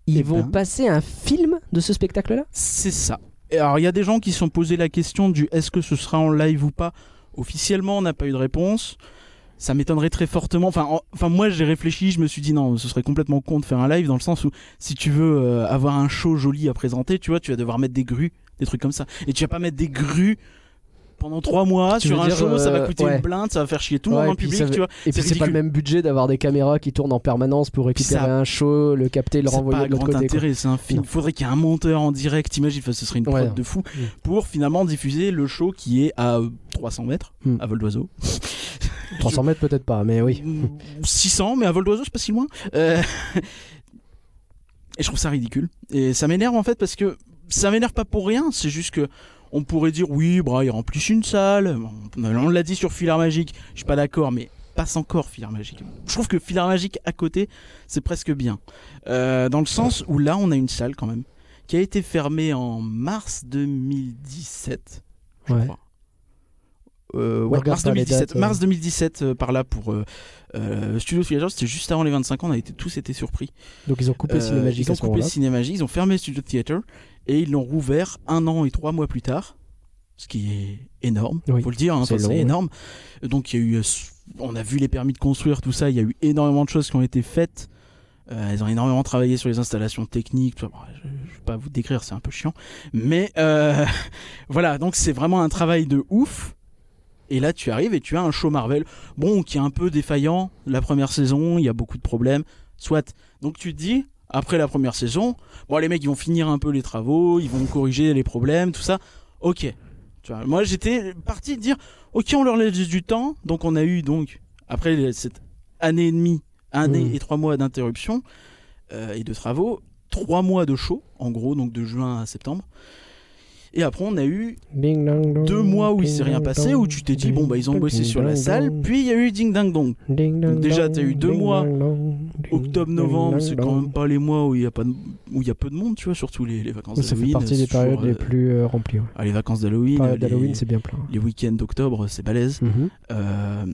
ils
Eh
vont
ben.
passer un film de ce spectacle-là.
c'est ça. Et alors, il y a des gens qui se sont posé la question du est-ce que ce sera en live ou pas. Officiellement, on n'a pas eu de réponse. Ça m'étonnerait très fortement. Enfin, en- enfin moi, j'ai réfléchi, je me suis dit non, ce serait complètement con de faire un live dans le sens où si tu veux euh, avoir un show joli à présenter, tu vois, tu vas devoir mettre des grues, des trucs comme ça. Et tu vas pas mettre des grues pendant trois mois
Tu
sur
veux
un
dire,
show, ça va
euh,
coûter
ouais.
une blinde, ça va faire chier tout le
Ouais,
monde dans
et
le
puis
public,
ça veut-
tu vois.
Et puis,
C'est
c'est pas le
ridicule.
même budget d'avoir des caméras qui tournent en permanence pour
Puis ça-
récupérer un show, le capter, le
Ça a
renvoyer
pas
de l'autre
grand
côté. quoi.
intérêt, c'est un film.
Non.
Il faudrait qu'il y ait un monteur en direct, imagine, enfin, ce serait une
Ouais,
prod
non.
de fou,
Mm.
pour finalement diffuser le show qui est à euh, 300 mètres,
Mm.
à vol d'oiseau.
300 mètres, peut-être pas, mais oui.
Ou 600, mais à vol d'oiseau, c'est pas si loin. Euh, Et je trouve ça ridicule. Et ça m'énerve en fait parce que ça m'énerve pas pour rien, c'est juste que. On pourrait dire oui, bah, ils remplissent une salle. On l'a dit sur Filar Magique, je suis pas d'accord, mais passe encore Filar Magique. Je trouve que Filar Magique à côté, c'est presque bien. Euh, dans le sens où là, on a une salle quand même qui a été fermée en mars 2017, je
Ouais.
crois. Euh,
On
ouais,
regarde
mars
pas les
2017,
dates, euh.
mars 2017 euh, par là pour euh, euh, Studio Theater, c'était juste avant les 25 ans, on a été tous été surpris.
Donc, ils ont coupé
Euh,
Cinémagique
ils ont
à ce
coupé
moment-là.
Cinémagique, ils ont fermé Studio Theater et ils l'ont rouvert un an et trois mois plus tard, ce qui est énorme,
Oui,
faut le dire, hein,
c'est
enfin, c'est
long, ouais.
énorme. Donc il y a eu, euh, on a vu les permis de construire, tout ça, il y a eu énormément de choses qui ont été faites. Euh, ils ont énormément travaillé sur les installations techniques. tout ça. Bon, je, je vais pas vous décrire, c'est un peu chiant, mais euh, voilà, donc c'est vraiment un travail de ouf. Et là, tu arrives et tu as un show Marvel, bon, qui est un peu défaillant. La première saison, il y a beaucoup de problèmes. Soit. Donc tu te dis, après la première saison, bon, les mecs, ils vont finir un peu les travaux, ils vont corriger les problèmes, tout ça. Ok. Tu vois, moi, j'étais parti de dire, ok, on leur laisse du temps. Donc on a eu, donc, après les- cette année et demie, année
Mhm.
et trois mois d'interruption euh, et de travaux, trois mois de show, en gros, donc de juin à septembre. Et après, on a eu
Ding dong dong,
deux mois où il
Mmh, ding
s'est rien
dong
passé,
dong,
où tu t'es dit,
ding
bon, bah, ils ont
dong,
bossé
ding
sur la
dong
salle,
dong,
puis il y a eu Ding Dang Dong.
ding dong
donc déjà,
dong,
t'as eu deux
ding
mois.
dong dong, ding
Octobre,
dong
novembre,
dong
c'est quand
dong.
même pas les mois où il y a, pas de... où il y a peu de monde, tu vois, surtout les, les vacances
Ça
d'Halloween.
fait partie des
c'est toujours,
périodes les
euh,
plus euh, remplies. ouais.
ah, les vacances d'Halloween.
Période
les-
d'Halloween, c'est bien plein.
les week-ends d'octobre, c'est balèze.
Mhm.
Euh,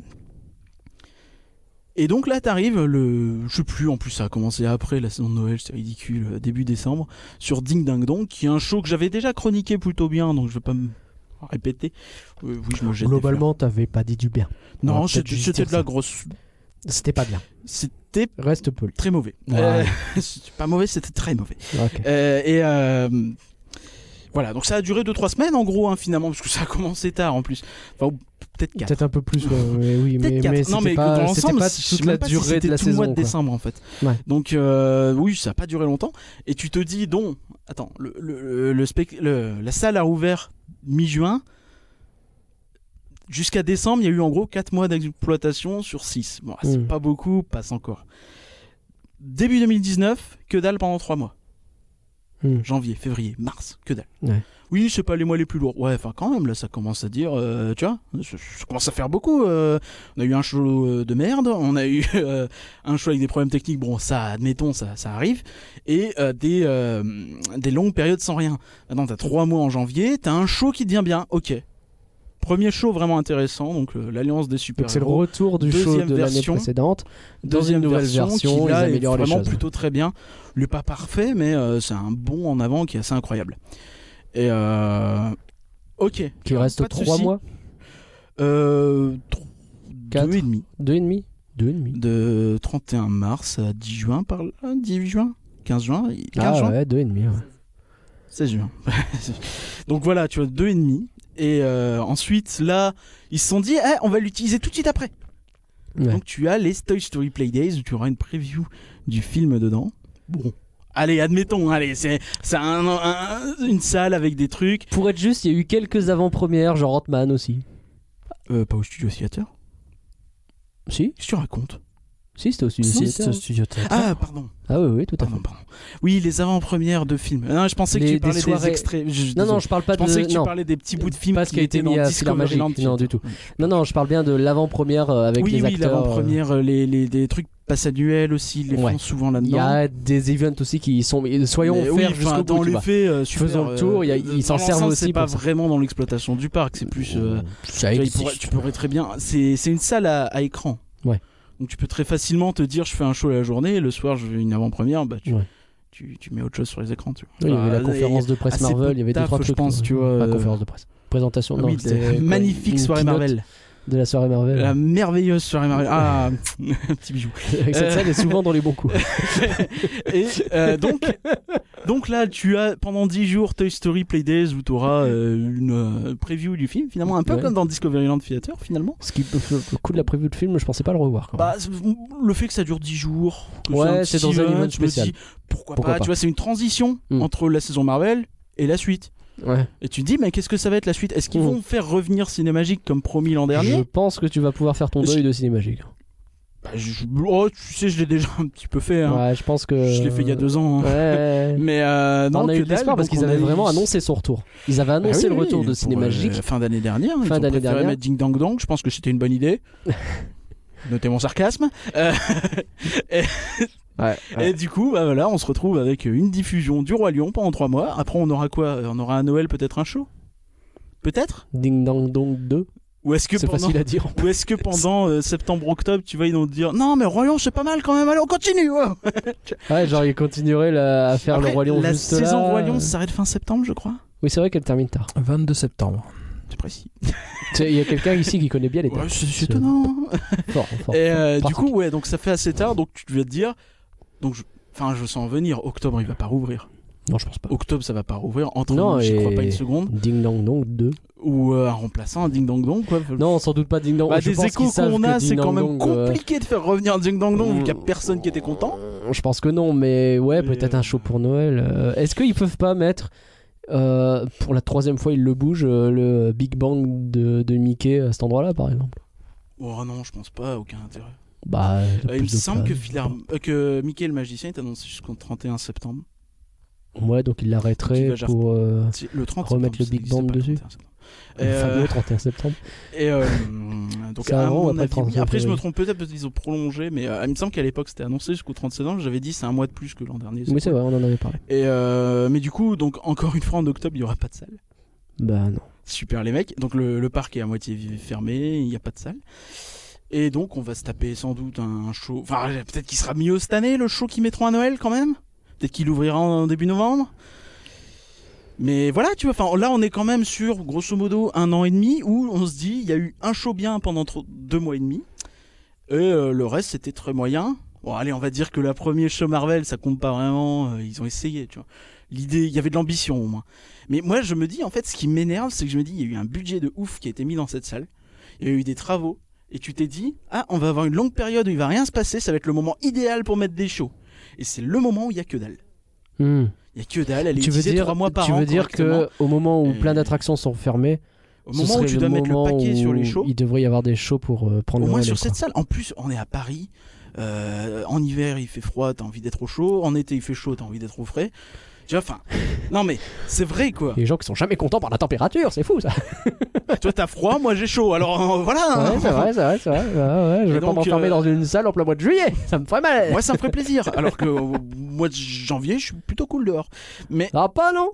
Et donc là, t'arrives, le... je sais plus, en plus ça a commencé après la saison de Noël, c'est ridicule, euh, début décembre, sur Ding Ding Dong, qui est un show que j'avais déjà chroniqué plutôt bien, donc je vais pas me répéter. Euh, oui, je me jette des
Globalement, t'avais pas dit du bien.
fleurs.
on va
Non,
peut-être
c'était
juste
c'était
dire
de la
ça.
grosse...
C'était pas bien.
C'était
Reste poli.
très mauvais.
Ouais.
Euh, c'était pas mauvais, c'était très mauvais.
Ok.
Euh, et euh, voilà, donc ça a duré 2-3 semaines en gros, hein, finalement, parce que ça a commencé tard en plus. Enfin, ou peut-être 4.
Peut-être un peu plus, ouais, mais oui, mais,
Peut-être quatre.
mais
non, mais
c'était pas,
dans
c'était
l'ensemble,
pas
je sais
toute la
même pas si
durée
c'était
de la
tout
saison.
le mois de
quoi.
décembre en fait.
Ouais.
Donc euh, oui, ça n'a pas duré longtemps. Et tu te dis, donc, attends, le, le- le- le spec- le- la salle a ouvert mi-juin. Jusqu'à décembre, il y a eu en gros 4 mois d'exploitation sur 6. Bon, ah, c'est
Mm.
pas beaucoup, passe encore. Début 2019, que dalle pendant 3 mois.
Hmm.
Janvier, février, mars, que dalle.
Ouais.
Oui, c'est pas les mois les plus lourds. Ouais, enfin quand même, là ça commence à dire, euh, tu vois, ça, ça commence à faire beaucoup. euh, on a eu un show euh, de merde, on a eu euh, un show avec des problèmes techniques, bon ça, admettons, ça, ça arrive, et euh, des, euh, des longues périodes sans rien. Maintenant t'as trois mois en janvier, t'as un show qui devient bien, ok. Premier show vraiment intéressant, donc euh, l'alliance des super
Donc c'est le retour du show
Deuxième
de l'année
version.
précédente. Dans
Deuxième
une nouvelle
version,
version,
qui
ils
là est
améliorent les
vraiment
choses.
plutôt très bien. Le pas parfait, mais euh, c'est un bond en avant qui est assez incroyable. Et euh, ok,
Qui reste
pas de
3
soucis.
mois
euh, tro-
Quatre.
deux et demi
2,5 2,5
de 31 mars à 10 juin par là, 10 juin, 15 juin, 15
Ah
juin,
ouais, 2,5. ouais.
16 juin. Donc voilà, tu vois deux et demi. Et euh, ensuite là, ils se sont dit, Eh, on va l'utiliser tout de suite après.
Ouais.
Donc tu as les Toy Story Play Days où tu auras une preview du film dedans. Bon. Allez, admettons, hein, allez, c'est c'est un- un- une salle avec des trucs.
Pour être juste, il y a eu quelques avant-premières, genre Ant-Man aussi.
Euh, pas au studio Theater
Si,
Qu'est-ce que tu racontes
si, c'était aussi.
Si, c'est au studio théâtre.
Ah, pardon,
Ah oui, oui, tout à fait.
pardon, pardon. Oui, les avant-premières de films. Non, je pensais
Les-
que
des
tu parlais des,
soirées-
extraits. Je,
Non, non, je parle pas
Je pensais
de.
que tu
Euh, non.
parlais des petits bouts de films
Pas ce
qui
qui a été
étaient dans
mis à
Discovery
Magic,
Land.
non, du tout. Non, non, je parle bien de l'avant-première euh, avec
oui,
les
oui,
acteurs.
l'avant-première, euh, les, les, des trucs passe annuels aussi, ils les
Ouais.
font souvent
Il y
là-dedans.
a des events aussi qui sont. Soyons
Mais
faire
oui, enfin,
jusqu'au
dans
bout. tu
les
vois.
faits, euh, super,
Faisons le
euh,
tour, il y a- ils
dans
s'en servent
l'ensemble,
aussi
C'est pas
pour ça. Ah,
vraiment dans l'exploitation du parc, c'est plus. euh,
Ça
tu, vois, il
existe.
pourrait- tu pourrais très bien. C'est c'est une salle à, à écran.
Ouais.
Donc tu peux très facilement te dire, je fais un show la journée, et le soir je fais une avant-première. Bah, tu,
Ouais.
tu, tu mets autre chose sur les écrans. Tu vois.
Oui, il y avait la
Bah,
conférence de presse
assez peu
Marvel,
de
il y avait deux
taf,
trois
je
trucs.
pense,
ouais.
tu vois,
Pas
euh,
conférence de presse. Présentation.
Ah
non,
oui,
c'était,
la
quoi,
magnifique
une
soirée
keynote
Marvel.
De la soirée Marvel.
La merveilleuse soirée Marvel. Ah, un petit bijou.
Avec cette
Euh.
salle est souvent dans les bons coups.
Et euh, donc, donc là, tu as pendant 10 jours Toy Story Playdays où tu auras une euh, preview du film, finalement, un peu
Ouais.
comme dans Discoveryland Theater, finalement.
Ce qui, le coup de la preview de film, je pensais pas le revoir. quand même.
Bah, c'est- le fait que ça dure 10 jours, que
Ouais,
petit
c'est dans un
event,
event
je me
spécial.
dis pourquoi,
Pourquoi
pas,
pas.
Tu vois, c'est une transition
Hmm.
entre la saison Marvel et la suite.
Ouais.
Et tu te dis, mais qu'est-ce que ça va être la suite Est-ce qu'ils
Hmm.
vont faire revenir Cinémagique comme promis l'an dernier
Je pense que tu vas pouvoir faire ton
Je-
deuil de Cinémagique.
Bah, je- oh, tu sais, je l'ai déjà un petit peu fait. hein.
Ouais, je pense que.
Je l'ai fait il y a deux ans. hein.
Ouais.
Mais euh, non,
on a
que
eu de l'espoir
dalle,
parce
donc
qu'ils
on a
avaient
eu-
vraiment annoncé son retour. Ils avaient annoncé
Bah
le
oui,
retour de
pour,
Cinémagique.
euh, fin d'année dernière. Fin
Fin d'année
d'année
dernière.
dernière. Mettre Ding Dang Dong. Je pense que c'était une bonne idée. Notez mon sarcasme. Euh,
Ouais,
Et du coup, bah voilà, on se retrouve avec une diffusion du Roi Lion pendant trois mois. Après, on aura quoi On aura à Noël peut-être un show Peut-être
Ding Dang Dong 2.
Ou est-ce que
C'est
pendant,
facile à dire.
ou est-ce que pendant euh, septembre-octobre, tu vas ils vont te dire non mais Roi Lion c'est pas mal quand même. Allez, on continue. ouais.
Ouais, genre ils continueraient là, à faire
Après,
le Roi Lion
la
juste
saison
là.
Roi Lion s'arrête fin septembre, je crois.
Oui, c'est vrai qu'elle termine tard.
22 septembre.
C'est précis.
Tu sais, Il y a quelqu'un ici qui connaît bien les
Ouais,
dates.
c'est c'est étonnant. hein.
Fort, fort.
Et euh, du
pratique.
coup, ouais, donc ça fait assez tard, donc tu vas te dire, donc je, enfin, je sens venir. Octobre, il va pas rouvrir.
Non, je pense pas.
Octobre, ça va pas rouvrir. Entre
Non,
nous, j'y crois
et-
pas une seconde.
Ding Dang Dong 2.
Ou euh, un remplaçant, un ding dong dong, quoi.
Non, sans doute pas Ding Dong.
Bah,
je
des
pense qu'ils
échos
savent
qu'on
que
a,
Ding
c'est quand
Dong
même
Dong, euh, Mm.
compliqué de faire revenir ding dong dong, vu qu'il y a personne qui était content.
Je pense que non, mais ouais,
Mais,
peut-être
euh,
un show pour Noël. Euh, Est-ce qu'ils peuvent pas mettre, euh, pour la troisième fois, ils le bougent, euh, le Big Bang de, de Mickey à cet endroit-là, par exemple
Oh non, je pense pas, aucun intérêt.
Bah,
Euh, il me semble que, Phil Har- euh, que Mickey le magicien est annoncé jusqu'au 31 septembre.
Ouais, donc il
Tu
l'arrêterait
vas jar-
pour euh,
Si, Le 30
Remettre
septembre,
le Big
c'est-
Band
c'est pas le
dessus.
31 septembre.
le
Euh,
fameux 31 septembre.
Et euh, donc
C'est
à
avant ou
mon
après le
avis-
31
après, je me
février
trompe peut-être parce qu'ils ont prolongé, mais euh, il me semble qu'à l'époque c'était annoncé jusqu'au 30 septembre. J'avais dit c'est un mois de plus que l'an dernier.
Oui, c'est vrai, on en avait parlé.
Et euh, mais du coup, donc encore une fois en octobre, il y aura pas de salle.
Bah non.
Super les mecs. Donc le, le parc est à moitié vi- fermé, il n'y a pas de salle. Et donc on va se taper sans doute un show. Enfin peut-être qu'il sera mieux cette année le show qu'ils mettront à Noël quand même. Peut-être qu'il ouvrira en début novembre. Mais voilà, tu vois, enfin là on est quand même sur grosso modo un an et demi où on se dit il y a eu un show bien pendant trop- deux mois et demi. Et euh, le reste c'était très moyen. Bon allez on va dire que la première show Marvel ça compte pas vraiment, euh, ils ont essayé, tu vois. L'idée, il y avait de l'ambition au moins. Mais moi, je me dis, en fait, ce qui m'énerve, c'est que je me dis, il y a eu un budget de ouf qui a été mis dans cette salle. Il y a eu des travaux. Et tu t'es dit, ah, on va avoir une longue période où il va rien se passer, ça va être le moment idéal pour mettre des shows. Et c'est le moment où il y a que dalle.
Hmm.
Il y a que dalle, elle est
Tu veux
utilisée
dire,
trois mois par
tu
an.
veux dire
correctement.
que au moment où
Et-
plein d'attractions sont fermées,
au
ce
moment où
serait
tu dois mettre le
moment
paquet sur les
où
shows,
il devrait y avoir des shows pour euh, prendre
au
le
moins
relais,
sur
quoi.
cette salle. En plus, on est à Paris. euh, en hiver, il fait froid, t'as envie d'être au chaud. En été, il fait chaud, t'as envie d'être au frais. Tu vois, enfin, non mais c'est vrai quoi.
Il y a des gens qui sont jamais contents par la température, c'est fou ça.
Toi, t'as froid, moi j'ai chaud. Alors euh, voilà. hein.
Ouais, c'est vrai, c'est vrai, c'est vrai. Ouais, ouais, je
Et
vais pas
donc,
m'enfermer
euh,
dans une salle en plein mois de juillet, ça me ferait mal.
Moi, ça me ferait plaisir. Alors que au mois de janvier, je suis plutôt cool dehors. Mais,
Ah pas non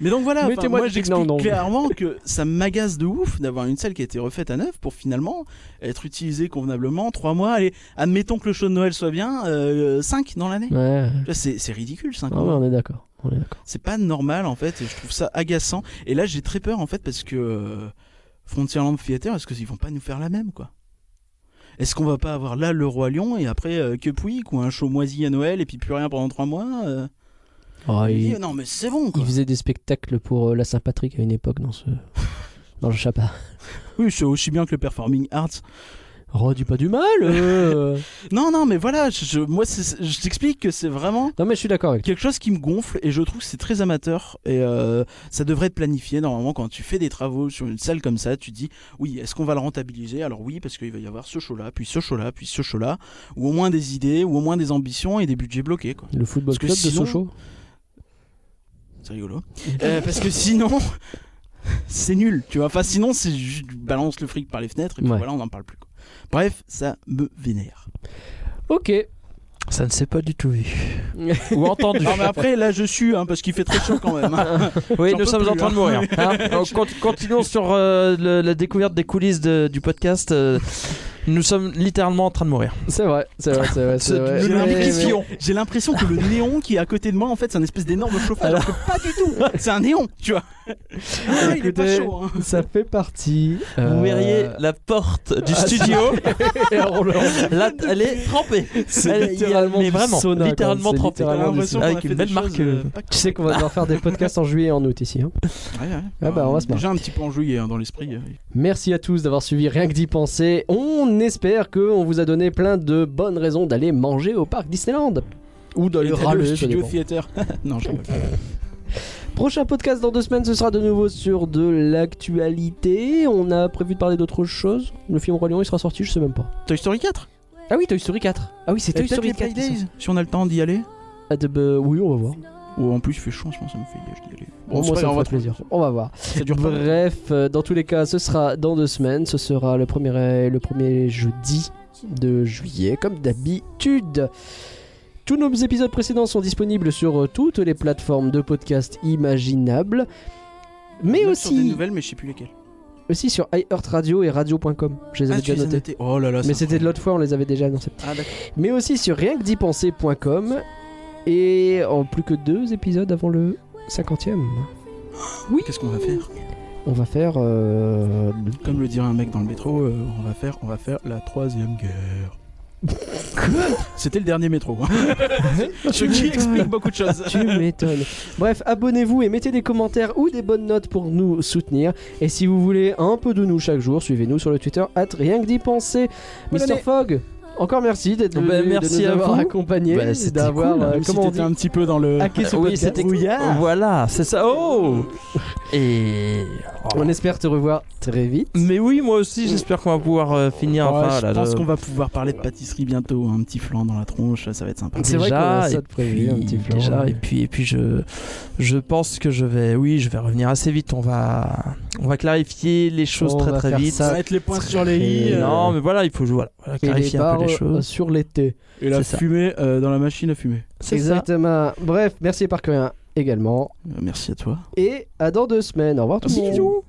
mais donc voilà, enfin,
Mettez-moi
moi
du Big
j'explique
Bang, donc.
clairement que ça m'agace de ouf d'avoir une salle qui a été refaite à neuf pour finalement être utilisée convenablement trois mois. Allez, admettons que le show de Noël soit bien, euh, cinq dans l'année.
Ouais, Ah
Tu vois, C'est c'est ridicule, cinq
non, mais
mois.
on est d'accord. On est d'accord.
C'est pas normal en fait, et je trouve ça agaçant. Et là, j'ai très peur en fait parce que euh, Frontierland Theater, est-ce qu'ils vont pas nous faire la même quoi Est-ce qu'on va pas avoir là le Roi Lion et après euh, que Puig ou un show moisi à Noël et puis plus rien pendant trois mois euh,
Oh,
je me dis,
il,
Non mais c'est bon
il
quoi.
faisait des spectacles pour euh, la Saint-Patrick à une époque dans ce dans le chapin.
Oui, c'est aussi bien que le Performing Arts.
Oh, dis pas du mal. euh.
Non non mais voilà, je, je- moi c'est- je t'explique que c'est vraiment
non mais je suis d'accord avec. toi.
quelque chose qui me gonfle et je trouve que c'est très amateur et euh, ça devrait être planifié normalement quand tu fais des travaux sur une salle comme ça tu dis oui est-ce qu'on va le rentabiliser alors oui parce qu'il va y avoir ce show là puis ce show là puis ce show là ou au moins des idées ou au moins des ambitions et des budgets bloqués quoi
Le football
Parce que
club
sinon-
de Sochaux.
c'est rigolo Euh, parce que sinon c'est nul tu vois enfin sinon c'est juste balance le fric par les fenêtres et puis
Ouais.
voilà on n'en parle plus quoi. bref ça me vénère
Ok.
Ça ne s'est pas du tout vu. Ou entendu.
non mais après là je suis hein, parce qu'il fait très chaud quand même hein.
Oui,
J'en
nous
peux
sommes
plus,
en train de
hein.
mourir. hein. Donc, cont- continuons sur euh, le- la découverte des coulisses de- du podcast. euh, nous sommes littéralement en train de mourir.
C'est vrai, c'est vrai, c'est vrai.
C'est
vrai.
de
J'ai
Mais-
l'impression- J'ai l'impression que le néon qui est à côté de moi, en fait, c'est un espèce d'énorme chauffage. Alors, que pas du tout. C'est un néon, tu vois. Ah, il est pas
Écoutez,
chaud. hein.
mais Ça fait partie. euh,
Vous verriez la porte du studio.
et on le-
Là, elle est trempée. Elle- il y a-
littéralement
mais
du
vraiment,
sauna,
hein, littéralement
quoi. C'est
trempée.
J'ai
littéralement du
l'impression
sauna.
qu'on
Avec
a
une
fait
belle
des
marque,
choses,
euh,
pas
Tu sais qu'on va devoir faire des podcasts en juillet et en août ici. hein.
Ouais, ouais.
Ah bah, on va se
Déjà un petit peu enjouillé hein, dans l'esprit. euh.
Merci à tous d'avoir suivi Rien que d'y penser. On espère qu'on vous a donné plein de bonnes raisons d'aller manger au parc Disneyland. Ou
Et
d'aller
t'as
râler,
le
ça
studio
dépend.
theater. non, je rigole.
Prochain podcast dans deux semaines, ce sera de nouveau sur de l'actualité. On a prévu de parler d'autres choses. Le film Roi Lion, il sera sorti, je sais même pas.
Toy Story 4
Ah oui, Toy Story 4. Ah oui, c'est
Et
Toy
peut-être
Story
les
4. qui
Playdays,
sort.
si on a le temps d'y aller.
Ah, de- bah, oui, on va voir.
Ou en plus, il fait chaud, je pense, ça me fait y aller. Bon,
Moi,
c'est pas
ça
grave,
me
on va
fera plaisir. On va voir.
trouver. Ça dure pas.
Bref, euh, dans tous les cas, ce sera dans deux semaines. Ce sera le premier, le premier jeudi de juillet, comme d'habitude. Tous nos épisodes précédents sont disponibles sur euh, toutes les plateformes de podcast imaginables, mais
Même sur des
aussi,
nouvelles, mais je sais plus lesquelles.
aussi sur iHeartRadio et radio.com. Je les avais
Ah, tu
déjà
les as
notés.
notées. Oh là là.
Mais
c'est
c'était de
incroyable.
l'autre fois, on les avait déjà annoncés.
Ah, d'accord.
Mais aussi sur rienquedipenser.com et en plus que deux épisodes avant le 50e.
Qu'est-ce qu'on va faire
On va faire euh,
Comme le dirait un mec dans le métro, euh, on va faire, on va faire la troisième guerre. C'était le dernier métro. hein. Ce qui explique beaucoup de choses.
Tu m'étonnes. Bref, abonnez-vous et mettez des commentaires ou des bonnes notes pour nous soutenir. Et si vous voulez un peu de nous chaque jour, suivez-nous sur le Twitter at rien que d'y penser.
Bonne
Mr.
année.
Fogg, Encore merci d'être
Bah,
venu, de
merci
nous
à
avoir
vous.
accompagné,
Bah, c'était Ah,
d'avoir
cool.
euh,
Même si
comment on
t'étais
dit,
un petit peu dans le.
hacké ce
Oui,
podcast.
c'était
Ouillard.
euh, Voilà, c'est ça. Oh Et.
On espère te revoir très vite.
Mais oui, moi aussi, j'espère qu'on va pouvoir euh, finir.
Ouais,
enfin,
je
là,
pense
le-
qu'on va pouvoir parler de pâtisserie bientôt, hein, un petit flan dans la tronche, ça va être sympa.
C'est vrai qu'on
Déjà,
a ça
et
de prévu, un
puis-
petit flan.
déjà, et puis et puis je je pense que je vais oui je vais revenir assez vite on va on va clarifier les choses
On
très
va
très
faire
vite
ça.
Mettre les points sur les
Et
i. euh,
non mais voilà il faut voilà, voilà,
Et
clarifier un peu les
départ, euh,
choses
sur l'été.
Et la
c'est ça.
fumée euh, dans la machine à fumer.
c'est ça
Exactement. Bref, merci Parkerien également.
Euh, Merci à toi.
Et à dans deux semaines. Au revoir tout le monde.
Bisous.